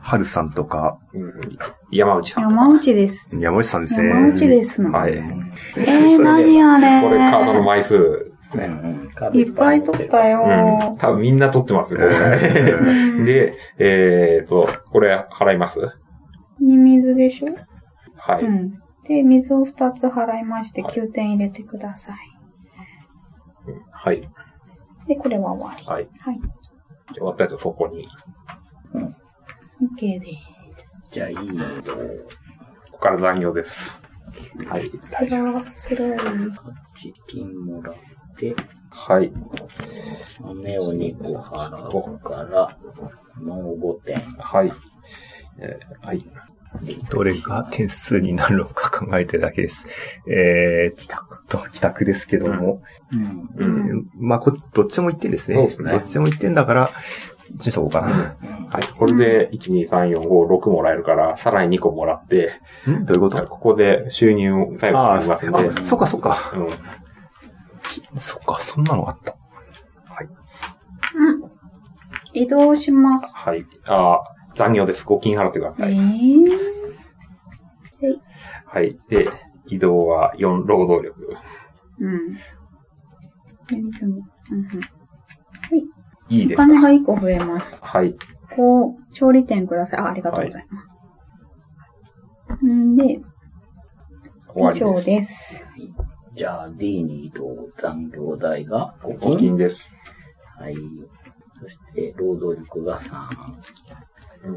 春さんとか、うん。山内さんとか。山内です。山内さんですね。山内ですの。はい。えー、何あれこれカードの枚数ですうね。んうんいっぱい取ったようん。多分みんな取ってますね、これ。うん で、えーと、これ払いますに水でしょはうい。ん。で、水を2つ払いまして、はい9点入れてください。はい。で、これは終わり。はい。はい。で終わったやつはそこに。 OK です。じゃあいいよ。ここから残業です。はい。それは、それはいい。チキンもらって、はい。豆を2個払うから、もう5点。はい。えーはい。どれが点数になるのか考えてるだけです。えー、帰宅と帰宅ですけども、うん。ううんん。まあこ、どっちも1点ですね。そうですねどっちも1点だから、どっちにしとこうかな。はい。これで、1、2、3、4、5、6もらえるから、さらに2個もらって、んどういうことここで収入を最後あーにりますんであ、そっかそっか。うん。そっか、そんなのあった。うん。移動します。はい。あー残業です。5金払ってください。えー、はい。で、移動は4、労働力。うん。勉強うんいういん、おです金かが1個増えます。はい。こう、調理店ください。あ、ありがとうございます。んで、終わり以上です。です。じゃあ D に移動、残業代が5 5金。金です。はい。そして、労働力が3。うん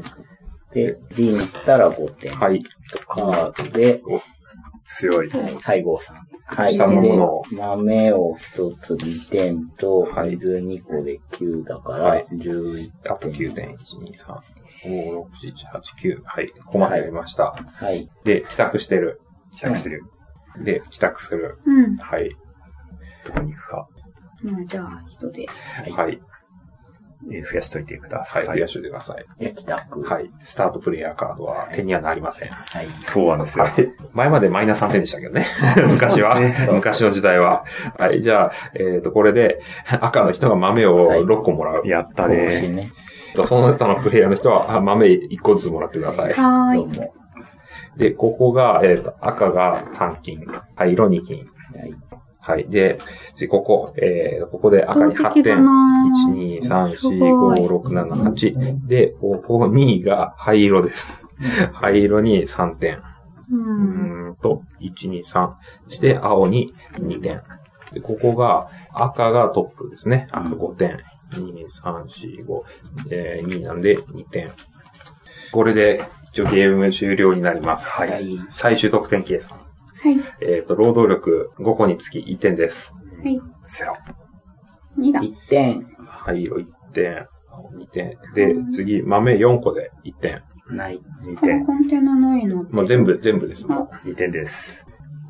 で、D に行ったら5点。はい。カードで、強い。はい、5、3。はい。三のものをで、豆を1つ2点と、はい水2個で9だかはらい、 11あと点。9点。1、2、3、5、6、7、8、9。はい。ここまでやりました。はい。で、帰宅してる。帰宅してる。で、帰宅する。うん。はい。どこに行くか、まあ、じゃあ、人で。はい。はい。えー増やしといてくだはさい。い。増やしてください。で、帰宅。。はいい。スタートプレイヤーカードは手にはなりません。はい。そうなんですよ。はい。前までマイナス3点でしたけ どね。昔は、そうですね昔の時代は。はい。じゃあ、えっ、と、これで、赤の人が豆を6個もらう。やった帽子ね。ね。その他のプレイヤーの人はあ豆1個ずつもらってください。はどうーい。も。で、ここが、えっ、と、赤が3金、はい、色2金。はい。はい。で、でここ、えー、ここで赤に完8璧だ点。な1、2、3、4、5、6、7、8。で、ここ2が灰色です。灰色に3点。う。うんーんと、1、2、3。そして、青に2点。で、ここが、赤がトップですね。赤5点。2、3、4、5。えー、2なんで2点。これで、一応ゲーム終了になります。はい。はい。最終得点計算。はい。えっ、と、労働力5個につき1点です。はい。ゼロ。 2だ。 1点。灰色1点、青2点。で、次、豆4個で1点。ない。 2この点。コンテナないのって。まあ、全部、全部です。 2点です。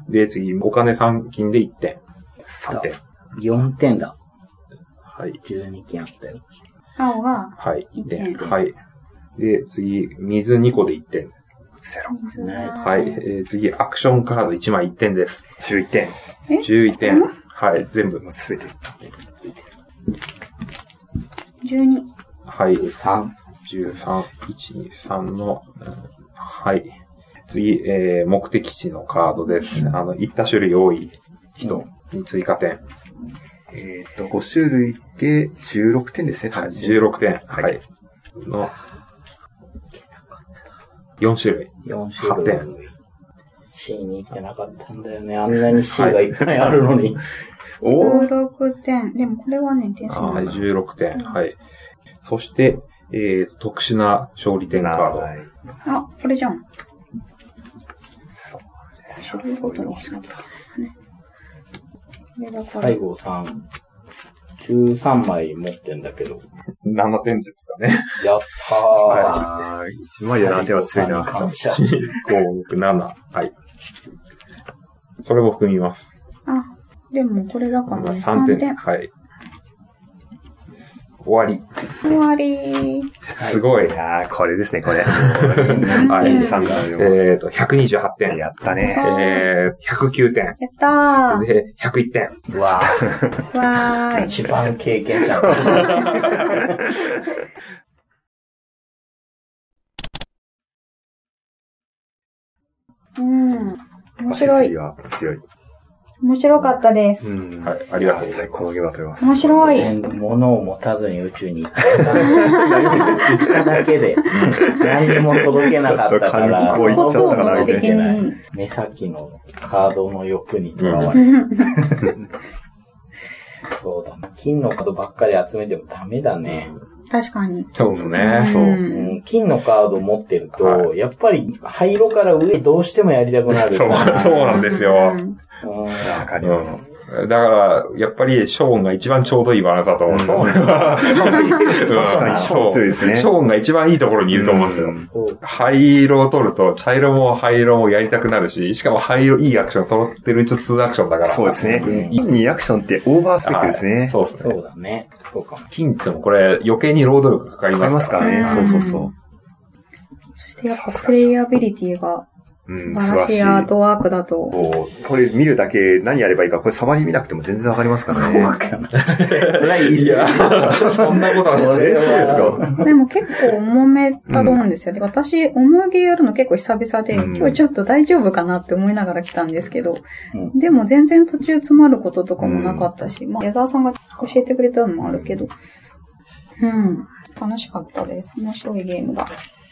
で、次、お金3金で1点。3さ点。 4点だ。はい。 12件あったよ。青がはい、1点。一点はい。で、次、水2個で1点。ゼロ。水が。はい。えー次、アクションカード1枚1点です。 11点。え11点。はい、全部も。うすべて。 12。はい。 3。 13、1、2、3の、うんはい。次、えー、目的地のカードです。あの、行った種類多い人に追加点。えっ、と、5種類で16点ですね、はい、単純。 16点。ははいい。の、4種類。 4種類。C に行ってなかったんだよね。あんなに C がいっぱいあるのに。おー16点。でもこれはね、点数あーはい、16点。はい。そして、えー、特殊な勝利点カード。はいあ、これじゃん。そうそうでいうすね。そこういうとのに欲ししかなっきゃた。これだから。最後3。13枚持ってんだけど。 7点ですかね。やったー。はああ、一枚で7手は強いな。感謝。 5、6、7。はい。それも含みます。あ、でもこれだからね、 3 3点。点。はい。終わり。終わり。すごい。いやー、これですね、 これ。はいいい。 3だよ。えっと、128点。やったね。えー、109点。やったー。で、101点。うわわー、ーい。一番経験者。うん。面白い。は強い。面白かったです。うん。。はいい。ありがとうござい最高のゲームだと思います。面白い。物を持たずに宇宙に行った。行っただけで、何にも届けなかったかちょら、っと紙こう行っちゃったかなそこを目的に。目先のカードの欲にとらわうれる。んそうだな。金のカードばっかり集めてもダメだますね。。確かに。そうですね。そうんうん金のカード持ってると、はやっぱり灰色から上どうしてもやりたくなる。 そうそうなんですようんうんわかります。うん。だから、やっぱり、ショーンが一番ちょうどいいバランスだと思う。そう確かにショーン強いですねショーンが一番いいところにいると思うんですよ。そう灰色を取ると、茶色も灰色もやりたくなるし、しかも灰色いいアクション揃ってるうちの2アクションだから。そうですうねん。一にアクションってオーバースペックですはいね。そうですそね。うだね。そう かも。金ってもこれ余計に労働力かかりわかりまますすか。かららね。うんそうそうそそしてやっぱプレイアビリティがう。う素ん、素晴晴ららししいい。アートワークだと。こう、これ見るだけ何やればいいか、これサマリー見なくても全 然わかりますからね。それはいいっすよ。そんなことはそれはそうですかでも結構重めだと思うんですよ。で私、重げやるの結構久々で、うん今日ちょっと大丈夫かなって思いながら来たんですけど、うでも全然途中詰まることとかもなかったし、まあ矢沢さんが教えてくれたのもあるけど、うん、楽しかったです。面白いゲームだ。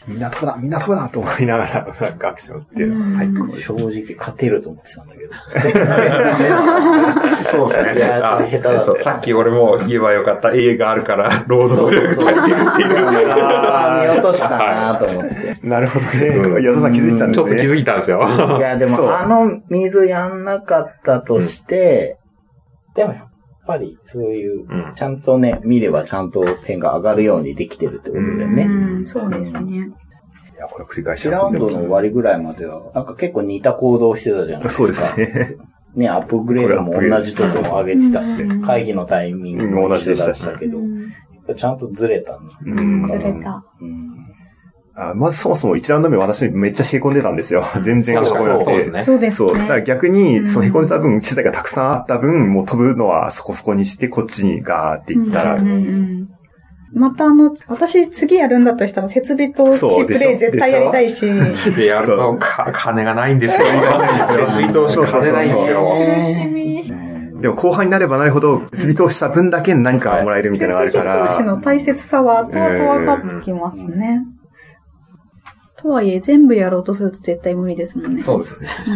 みんな飛ぶな、みんな飛ぶなと思いながら、なんかアクションっていうのは最高です正。直勝てると思ってたんだけど。 そうですいね。や あちょっと下手だったえっとさっき俺も言えばよかった。A があるから、労そう働そう力そう。あー見落としたなと思って。なるほどうね。ん矢田さん気づいてたんちでょすっね。と気づいたんですよ。いや、でそうも、あの水やんなかったとして、でもやっぱり、そういううん、ちゃんとね、見ればちゃんと点が上がるようにできてるってことだよねう。ん、そうですね。いや、これ繰り返し1ラウンドのた終わりぐらいまでは、なんか結構似た行動してたじゃないですか。そうですね。ね、アップグレードも同じところを上げてたしうん、会議のタイミングも一緒だったけど、ちゃんとずれたね。うん、ずれた。うん。あまずそもそも1ラウンド目私めっちゃへこんでたんですよ。全然へこめなくそうですて。ね。そうですそう。ね。だから逆に、そのへこんでた分、資材がたくさんあった分、もう飛ぶのはそこそこにして、こっちにガーっていったうらん、うんうんまたあの、私次やるんだとしたら設備投資そうプでしょレイ絶対やりたいし、で、やるそとうか、金がないんですよ。設備投資金ないんですよ。苦しみ。でも後半になればなるほど、設備投資した分だけ何かもらえるみたいなのがあるか設備投資ら、の大切さは後々分かってきますね。とはいえ、全部やろうとすると絶対無理ですもんね。そうですね。うん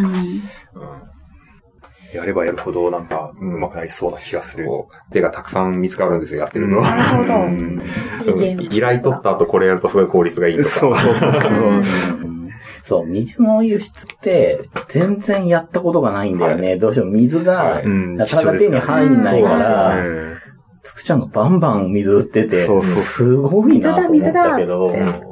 やればやるほどなんか、うまくなりそうな気がする。こう手がたくさん見つかるんですよ、やってるうんと。なるうんほど。いいゲーム依頼取った後これやるとすごい効率がいいとか。そうそうそうそう。そう、水の輸出って、全然やったことがないんだよね。どうしても水がは、いうんなかなか手に入んないから、うんつくちゃんがバンバン水売ってて、そうそうすごいなと思ったけど、水だ水だっうん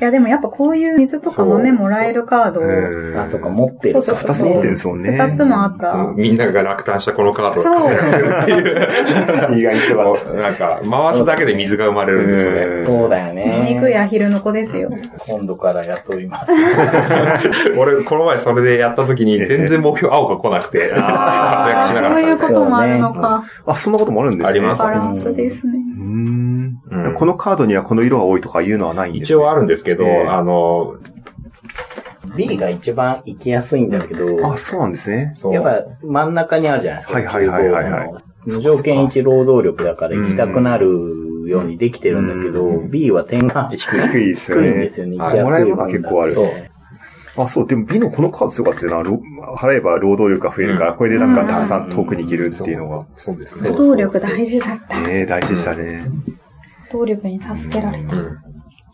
いや、でもやっぱこういう水とか豆もらえるカードを、うんあ、そうか、持ってる。そうそう二つ持ってるんですもんね。二つもあった。うんみんなが落胆したこのカードそう。 意外にしては。 なんか、回すだけで水が生まれるんですよね。そうだよね。憎いアヒルの子ですよ。今度から雇い ます。俺、この前それでやった時に、全然目標青が来なくて、活躍しなあそかったういうこともあるのか。あ、そんなこともあるんですね。ありますバランスですね。うーんうんこのカードにはこの色が多いとかいうのはないんです一応あるんですけど、ええあの、 B が一番行きやすいんだけど、あ、そうなんですね。そうやっぱ真ん中にあるじゃないですか。はいはいはいはいはい中央の無条件一労働力だから行きたくなるようにできてるんだけど、うん B は点が低い。低いです低よいんでね。すよね。は行いきやもらすえい分るものだは結構あるそうあ、そう。でも B のこのカード強かったですよな。ろ払えば労働力が増えるから、これでなんかたくさん遠くに行けるっていうのが。そうですね労。働力大事だった。ねえ、大事でしたね。動力に助けられた。うん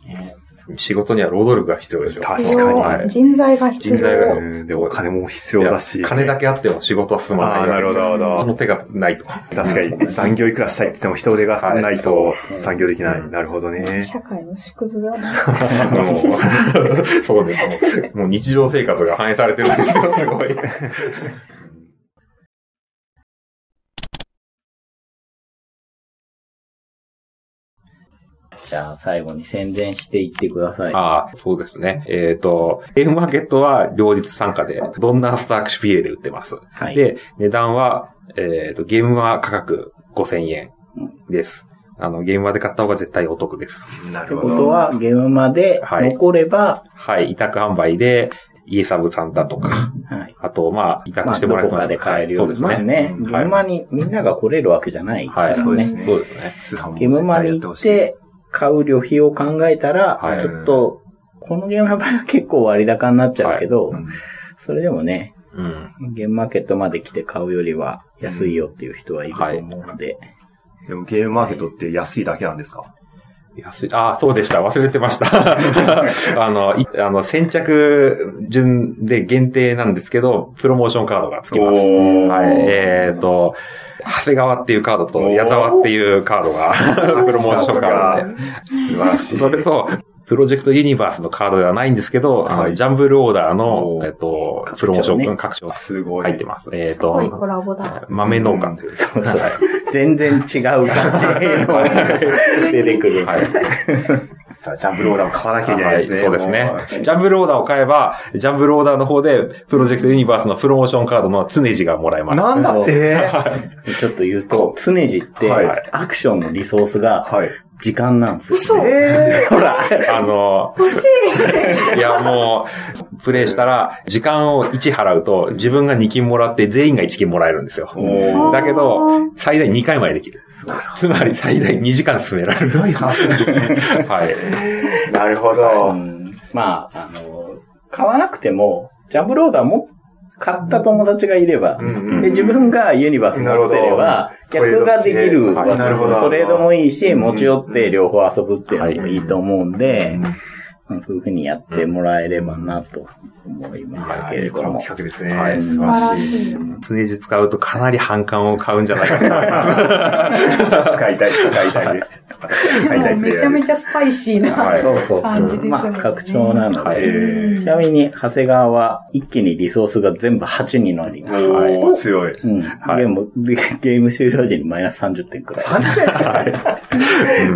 ね仕事には労働力が必要でしょ。確かにはい人材が必要。人材がうんで、お金も必要だし。いや金だけあっても仕事は進まない。あーなるほどなるほどあの手がないと。確かに、産業いくらしたいって言っても人手がないと産業できない。なるほどね。社会の縮図だな。もう、 そうです。もう日常生活が反映されてるんですよ、すごい。じゃあ最後に宣伝していってください。ああ、そうですね。えっ、と、ゲームマーケットは両日参加で、どんなスタークシュピーレで売ってます。はいで、値段は、えっ、と、ゲームは価格5000円です。あの、ゲームマで買った方が絶対お得です。なってこと。は、ゲームまではい残れば、はい、委託販売で、イエサブさんだとか、はい。あと、まあ、委ま託あ、してどもらえこそうかなで買えるよそううにですまあね。ね、ゲームマにみんなが来れるわけじゃないかはい、らそうですね。ねそうですね。通販もゲームマに行っ、て、買う旅費を考えたはら、いちょっと、このゲームの場合は結構割高になっちゃうけど、それでもね、うん。ゲームマーケットまで来て買うよりは安いよっていう人はいると思うので、でもゲームマーケットって安いだけなんですか安い。ああ、そうでした。忘れてました。あ の、いあの、先着順で限定なんですけど、プロモーションカードが付きます。おーはい。えっ、と、長谷川っていうカードと、矢沢っていうカード が、プロモーションカードで。素晴らしい。それと、プロジェクトユニバースのカードではないんですけど、あのはいジャンブルオーダーのお、ーえっ、と、プ拡張ねロモーション、拡張がすごい。入ってます。えっ、すごいコと、ラボだ。豆農家という。そうそう全然違う感じの出てくる。はい。さあ、ジャンプローダーも買わなきゃいけないですね。はいそうですねもう。ジャンブルオーダーを買えば、ジャンブルオーダーの方で、プロジェクトユニバースのプロモーションカードの常時がもらえます。なんだ ってちょっと言うと、常時って、はいアクションのリソースがはい。時間なんですよ。嘘えほら、あの、欲しいいやもう、プレイしたら、時間を1払うと、自分が2金もらって、全員が1金もらえるんですよ。おーだけど、最大2回までできる。つまり最大2時間進められる。 ー。い話ですね。はい。なるほど。うんまあ、あの、買わなくても、ジャンブローダーも買った友達がいれば、うんうんで自分がユニバース持ってれば、なるほ逆どができるわけはいでなするほどトレードもいいし、うん持ち寄って両方遊ぶっていうのもいいと思うんで、うんそういうふうにやってもらえればなと思いますけいれいコどラボも。企画ですね。はい素素晴晴ららしい。しい。常時使うとかなり反感を買うんじゃないかな。使いたい、使いたいです。使いたでいもプめレイヤちゃーでめすちゃ。スパイシーな。はいそうそう感じですそう。よねまあ、拡張なのはいで。えちなみに、長谷川は一気にリソースが全部8になりまーす。はいおー、強い。うん。ゲーム、ゲーム終了時にマイナス30点くらい。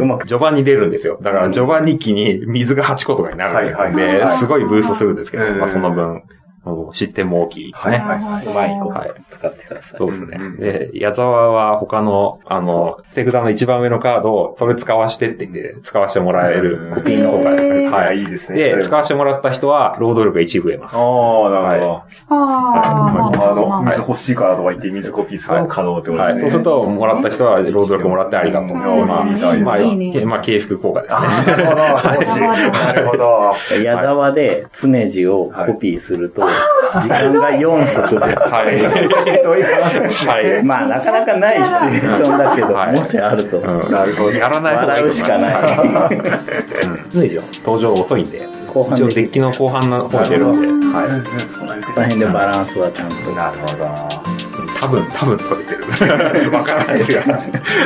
うまく序盤に出るんですよ。だから序盤日記に水が8個とかになるはいんはで、いはいすごいブーストするんですけど、うんまあ、その分、もう失点も大きいですね。はいはうまいこなるはいと使ってください。そうですねうんうん。で、矢沢は他の、あの、手札の一番上のカードを、それ使わしてって言って、使わしてもらえうるんコピーの方がですへね。ーは、はいいい。いですね。で、使わしてもらった人は、労働力が1増えます。ああ、なるほど。ほどあーまあ、まああまの、あまあ水欲しいからとか言って水コピーするの可能ってことですはい。ね。そうすると、もらった人は労働力もらってありがとう。うんまあ、まあいいじゃん、まあいいねまあ、経復効果ですね。あーなるほど。欲しい。なるほど。矢沢で常時をコピーすると、時間が4進む。はどういう話ですい。はい。まあ、なかなかないシチュエーションだけど、はいもしあると、うんなるほどやらない方がい笑いと思いまうすしかない。常時登場遅いんで、後半一応で、デッキの後半の方に出るんで、はい。この辺でバランスはちゃんと。なるほど。多分、多分取れてる。 わからないですが。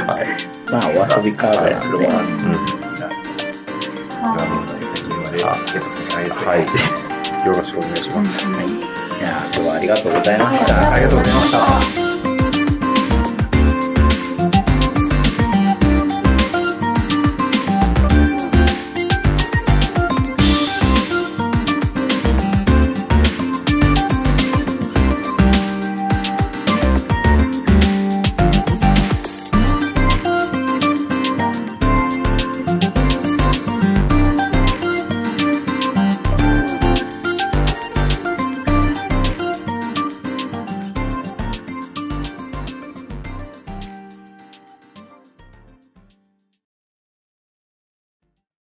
はい。まあ、お遊びカードなんで。なるほど。ゲットするしかないですね。はい。よろしくお願いします。いや今日はありがとうございました。ありがとうございました。